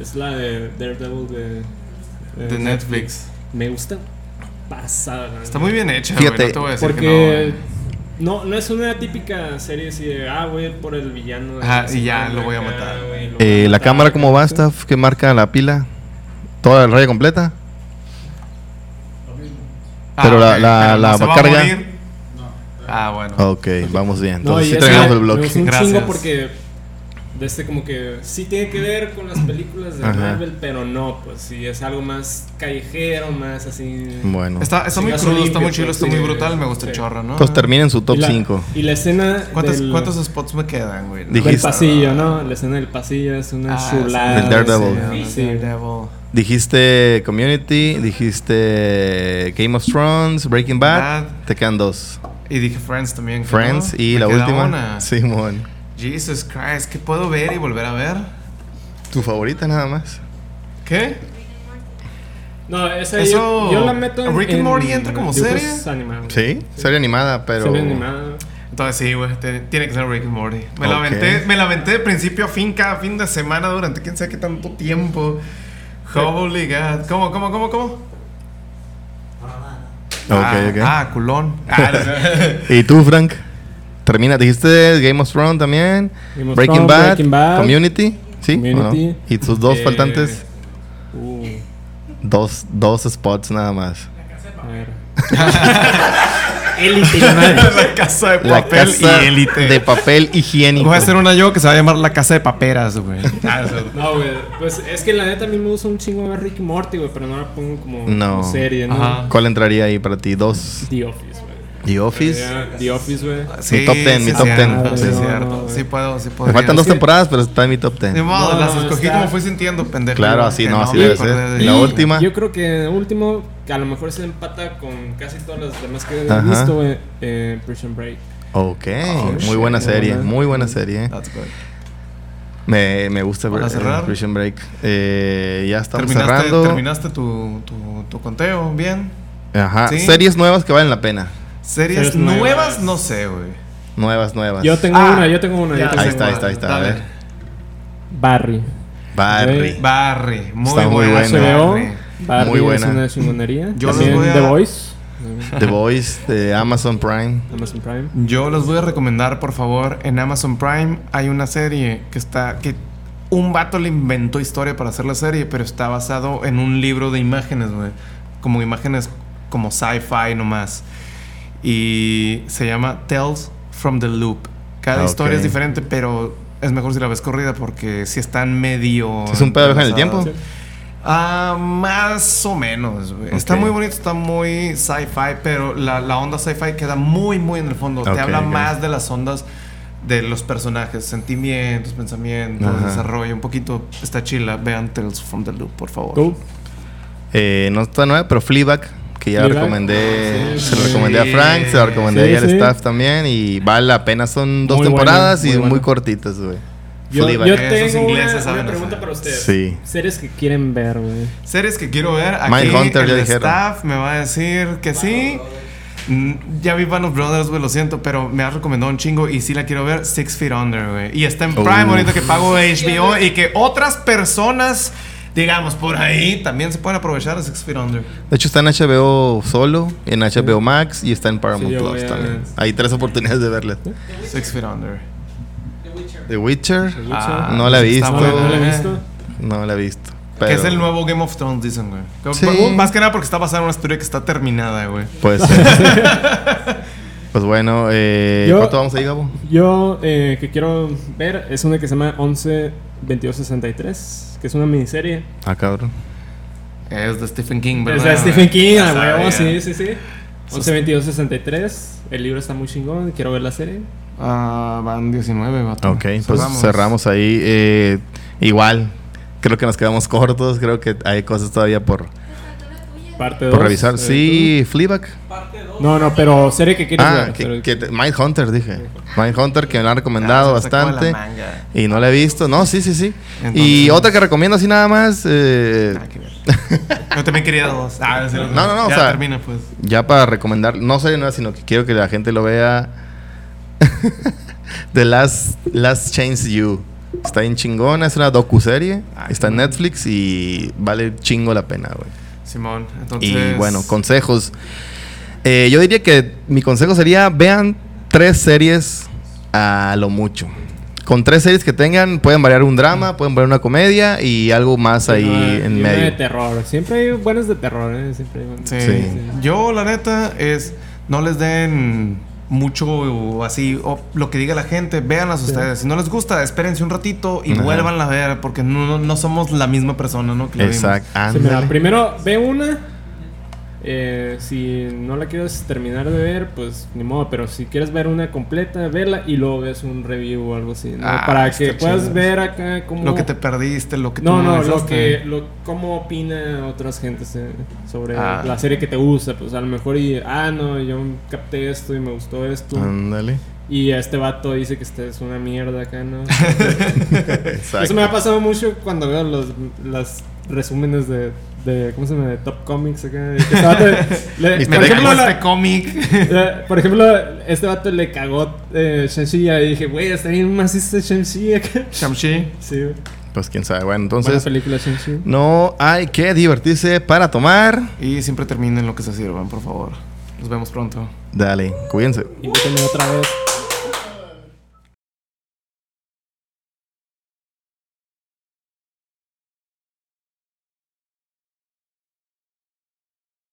Es la de Daredevil de. De Netflix. Me gusta pasada. Está muy bien hecha, güey. Fíjate, No te voy a decir que no, Porque güey. No, no es una típica serie así de, ah, voy a ir por el villano. de Ajá, la y ya semana lo voy a acá, matar. güey, lo voy a Eh, la matar cámara acá". como va, Staff, que marca la pila. Toda la raya completa. Pero Ah, la- ok, la- la Oh, no se va a carga- morir. Ah, bueno. Ok, vamos bien. No, Entonces y sí es- terminamos que- el me gustó bloque. un Gracias. chingo porque de este como que sí tiene que ver con las películas de Ajá. Marvel, pero no, pues sí es algo más callejero, más así. Bueno. Está, está muy Chingazo crudo, está limpio, muy chido, está sí, muy brutal, me sí. gusta el chorro, ¿no? Entonces terminen su top Y la- 5. Y la escena ¿Cuántos, del, cuántos spots me quedan, güey? del Dijiste- pasillo, ¿no? La escena del pasillo es una Ah, chulada. Del Daredevil. sí, Sí, del Daredevil. Dijiste Community, dijiste Game of Thrones, Breaking Bad. Bad. Te quedan dos. Y dije Friends también. que Friends no. y Me la queda última. una. Simón. Jesus Christ, ¿qué puedo ver y volver a ver? Tu favorita nada más. ¿Qué? No, esa Eso- yo, yo la meto en. ¿Rick and en Morty entra como dibujos serie? animados. Sí, serie animada, pero. Serie animada. Entonces sí, güey, te- tiene que ser Rick and Morty. Me la Ok. aventé, me la aventé de principio a fin cada fin de semana durante quién sabe qué tanto tiempo. Holy God. ¿Cómo, cómo, cómo, cómo? Ok, ah, ok. ah, culón. Ah, [laughs] no. [laughs] ¿Y tú, Frank? Termina, dijiste Game of Thrones también, Game of Breaking, Thrones, Bad, Breaking Bad, Community, ¿sí? ¿o no? Community. Y tus dos Eh, faltantes, Uh, dos, dos spots nada más. [laughs] a ver. [laughs] la casa de La papel casa y élite. de papel higiénico. Voy a hacer una yo que se va a llamar la casa de paperas, [laughs] güey. Ah, o sea, No, güey. Pues es que la neta a mí me gusta un chingo ver Rick y Morty, güey, pero no la pongo como, No. como serie, ¿no? Ajá. ¿Cuál entraría ahí para ti? Dos. The Office, güey. The Office. Ya, The Office, güey. Mi top 10, mi top 10. cierto, Sí, Ah, es no, cierto. no, sí güey. puedo, sí puedo. Me faltan dos temporadas, pero está en mi top Ni ten. modo, No, las no, escogí está- como fui sintiendo, pendejo. Claro, así Que no, así me debe acordé ser. de- La última. Yo creo que último, que a lo mejor se empata con casi todas las demás que he Ajá. visto, güey. Eh, Prison Break. Ok, Oh, muy buena shit. serie, muy buena serie. That's good. Me, me gusta ver Ah. ¿Para cerrar? eh, Prison Break. Eh, ya estamos Terminaste, cerrando. terminaste tu, tu, tu conteo, bien. Ajá, Sí. series nuevas que valen la pena. Series Series nuevas, nuevas. no sé, güey. Nuevas, nuevas. Yo tengo Ah, una, yo tengo una. yo ya tengo Ahí sé está, una. ahí cuál. está, ahí está. A Dale. ver. Barry. Barry. Barry, muy Está muy buena. buena. HBO. Barry. Barry Muy es buena. una chingonería. [laughs] Yo los También voy a- The Voice. The Voice de Amazon Prime. Amazon Prime. Yo los voy a recomendar, por favor, en Amazon Prime hay una serie que está que un vato le inventó historia para hacer la serie, pero está basado en un libro de imágenes, güey, como imágenes como sci-fi nomás. Y se llama Tales from the Loop. Cada Ah, historia es ok. diferente, pero es mejor si la ves corrida porque si están medio ¿Es un pedo de viaje en el entrelazadas. tiempo? Ah, más o menos. güey. Está Ok. muy bonito, está muy sci-fi, pero la, la onda sci-fi queda muy, muy en el fondo. Ok, Te habla ok. más de las ondas de los personajes, sentimientos, pensamientos, Ajá. desarrollo, un poquito. Está chila. Vean Tales from the Loop, por favor. Go. Eh, no está nueva, pero Fleabag, que ya Fleabag. recomendé. Sí, se lo Ah, sí. recomendé a Frank, se lo recomendé Sí, ahí al sí. staff también. Y vale la pena. Son dos Muy buena, temporadas muy y buena. muy cortitas, güey. Yo, Fleabag. yo Esos tengo ingleses una, saben una pregunta hacer. para ustedes. Sí. Series que quieren ver, güey. Series que quiero ver. Aquí Mindhunter, el ya dijeron. staff me va a decir que sí. Mm, Ya vi Band of Brothers, güey, lo siento, pero me ha recomendado un chingo y sí la quiero ver. Six Feet Under, güey. Y está en Prime, Uf. ahorita que pago HBO y que otras personas, digamos, por ahí también se pueden aprovechar de Six Feet Under. De hecho, está en HBO solo, en HBO Max y está en Paramount Sí, yo Plus voy a- también. Hay tres oportunidades de verla. Six Feet Under. The Witcher, Ah, no la he está visto. No, no la buena, he eh. visto. no la he visto. Que es pero el nuevo Game of Thrones, dicen, güey. Como- Sí. por- Más que nada porque está basada en una historia que está terminada, güey. Puede ser. pues bueno, eh, Yo- ¿cuánto vamos ahí, Gabo? Yo eh, que quiero ver es una que se llama 11-22-63, que es una miniserie. Ah, cabrón. Es de Stephen King, Es ¿verdad? de güey? Stephen King, Ya a huevo, sabía. sí, sí, sí. 11-22-63, el libro está muy chingón, quiero ver la serie. Ah, van 19, vato. Ah, Ok, pues cerramos ahí. eh, igual, creo que nos quedamos cortos. Creo que hay cosas todavía por, Parte 2. por revisar. Sí, Fleabag. No, no, pero serie que quieres Ah, ver. que, pero- que te- Mindhunter, dije. Mindhunter, que me la han recomendado Ah, se sacó de la bastante. manga. Y no la he visto. No, sí, sí, sí. y Entonces- Ah, otra que recomiendo así nada más. eh, Nada que ver. Yo también quería dos. Ah, en serio, No, no, no, o Ya sea- termina, pues. [laughs] ya para recomendar, no serie nueva, sino que quiero que la gente lo vea. [laughs] The Last, Last Change You. Está bien chingona, es una docuserie. Ay, Está en no. Netflix y vale chingo la pena, güey. Simón, entonces. Y bueno, consejos. Eh, yo diría que mi consejo sería vean tres series a lo mucho. Con tres series que tengan, pueden variar un drama, pueden variar una comedia y algo más ahí Ah, y en una de medio. terror. Siempre hay buenas de terror, ¿eh? Siempre hay buenas. Sí. Sí. Yo, la neta, es. No les den mucho o así o lo que diga la gente, véanlas ustedes. Si no les gusta, espérense un ratito y Ajá. vuélvanla a ver, porque no, no- no somos la misma persona, ¿no? Que la vimos. Exacto. Sí, mira, ándale. primero ve una. eh, si no la quieres terminar de ver, pues ni modo. Pero si quieres ver una completa, vela y luego ves un review o algo así. ¿no? Ah, Para está que puedas chido. ver acá cómo. Lo que te perdiste, lo que tú No, no, lo analizaste. que, lo, cómo opina otras gentes eh, sobre Ah. la serie que te gusta. Pues a lo mejor y, ah, no, yo capté esto y me gustó esto. Ándale. Y este vato dice que esta es una mierda acá, ¿no? Exacto. Eso me ha pasado mucho cuando veo los, las resúmenes de, de- ¿Cómo se llama? De Top Comics acá. de que este vato [laughs] le- Y te por, dejan ejemplo, este la- cómic. [laughs] la- por ejemplo, este vato le cagó eh, Shang-Chi y dije, güey, está bien más este Shang-Chi acá. [laughs] Shamshi. Sí, güey. Pues quién sabe. Bueno, Buena entonces película Shang-Chi. no hay que divertirse para tomar. Y siempre terminen lo que se sirvan, por favor. Nos vemos pronto. Dale, cuídense. Invítame otra vez.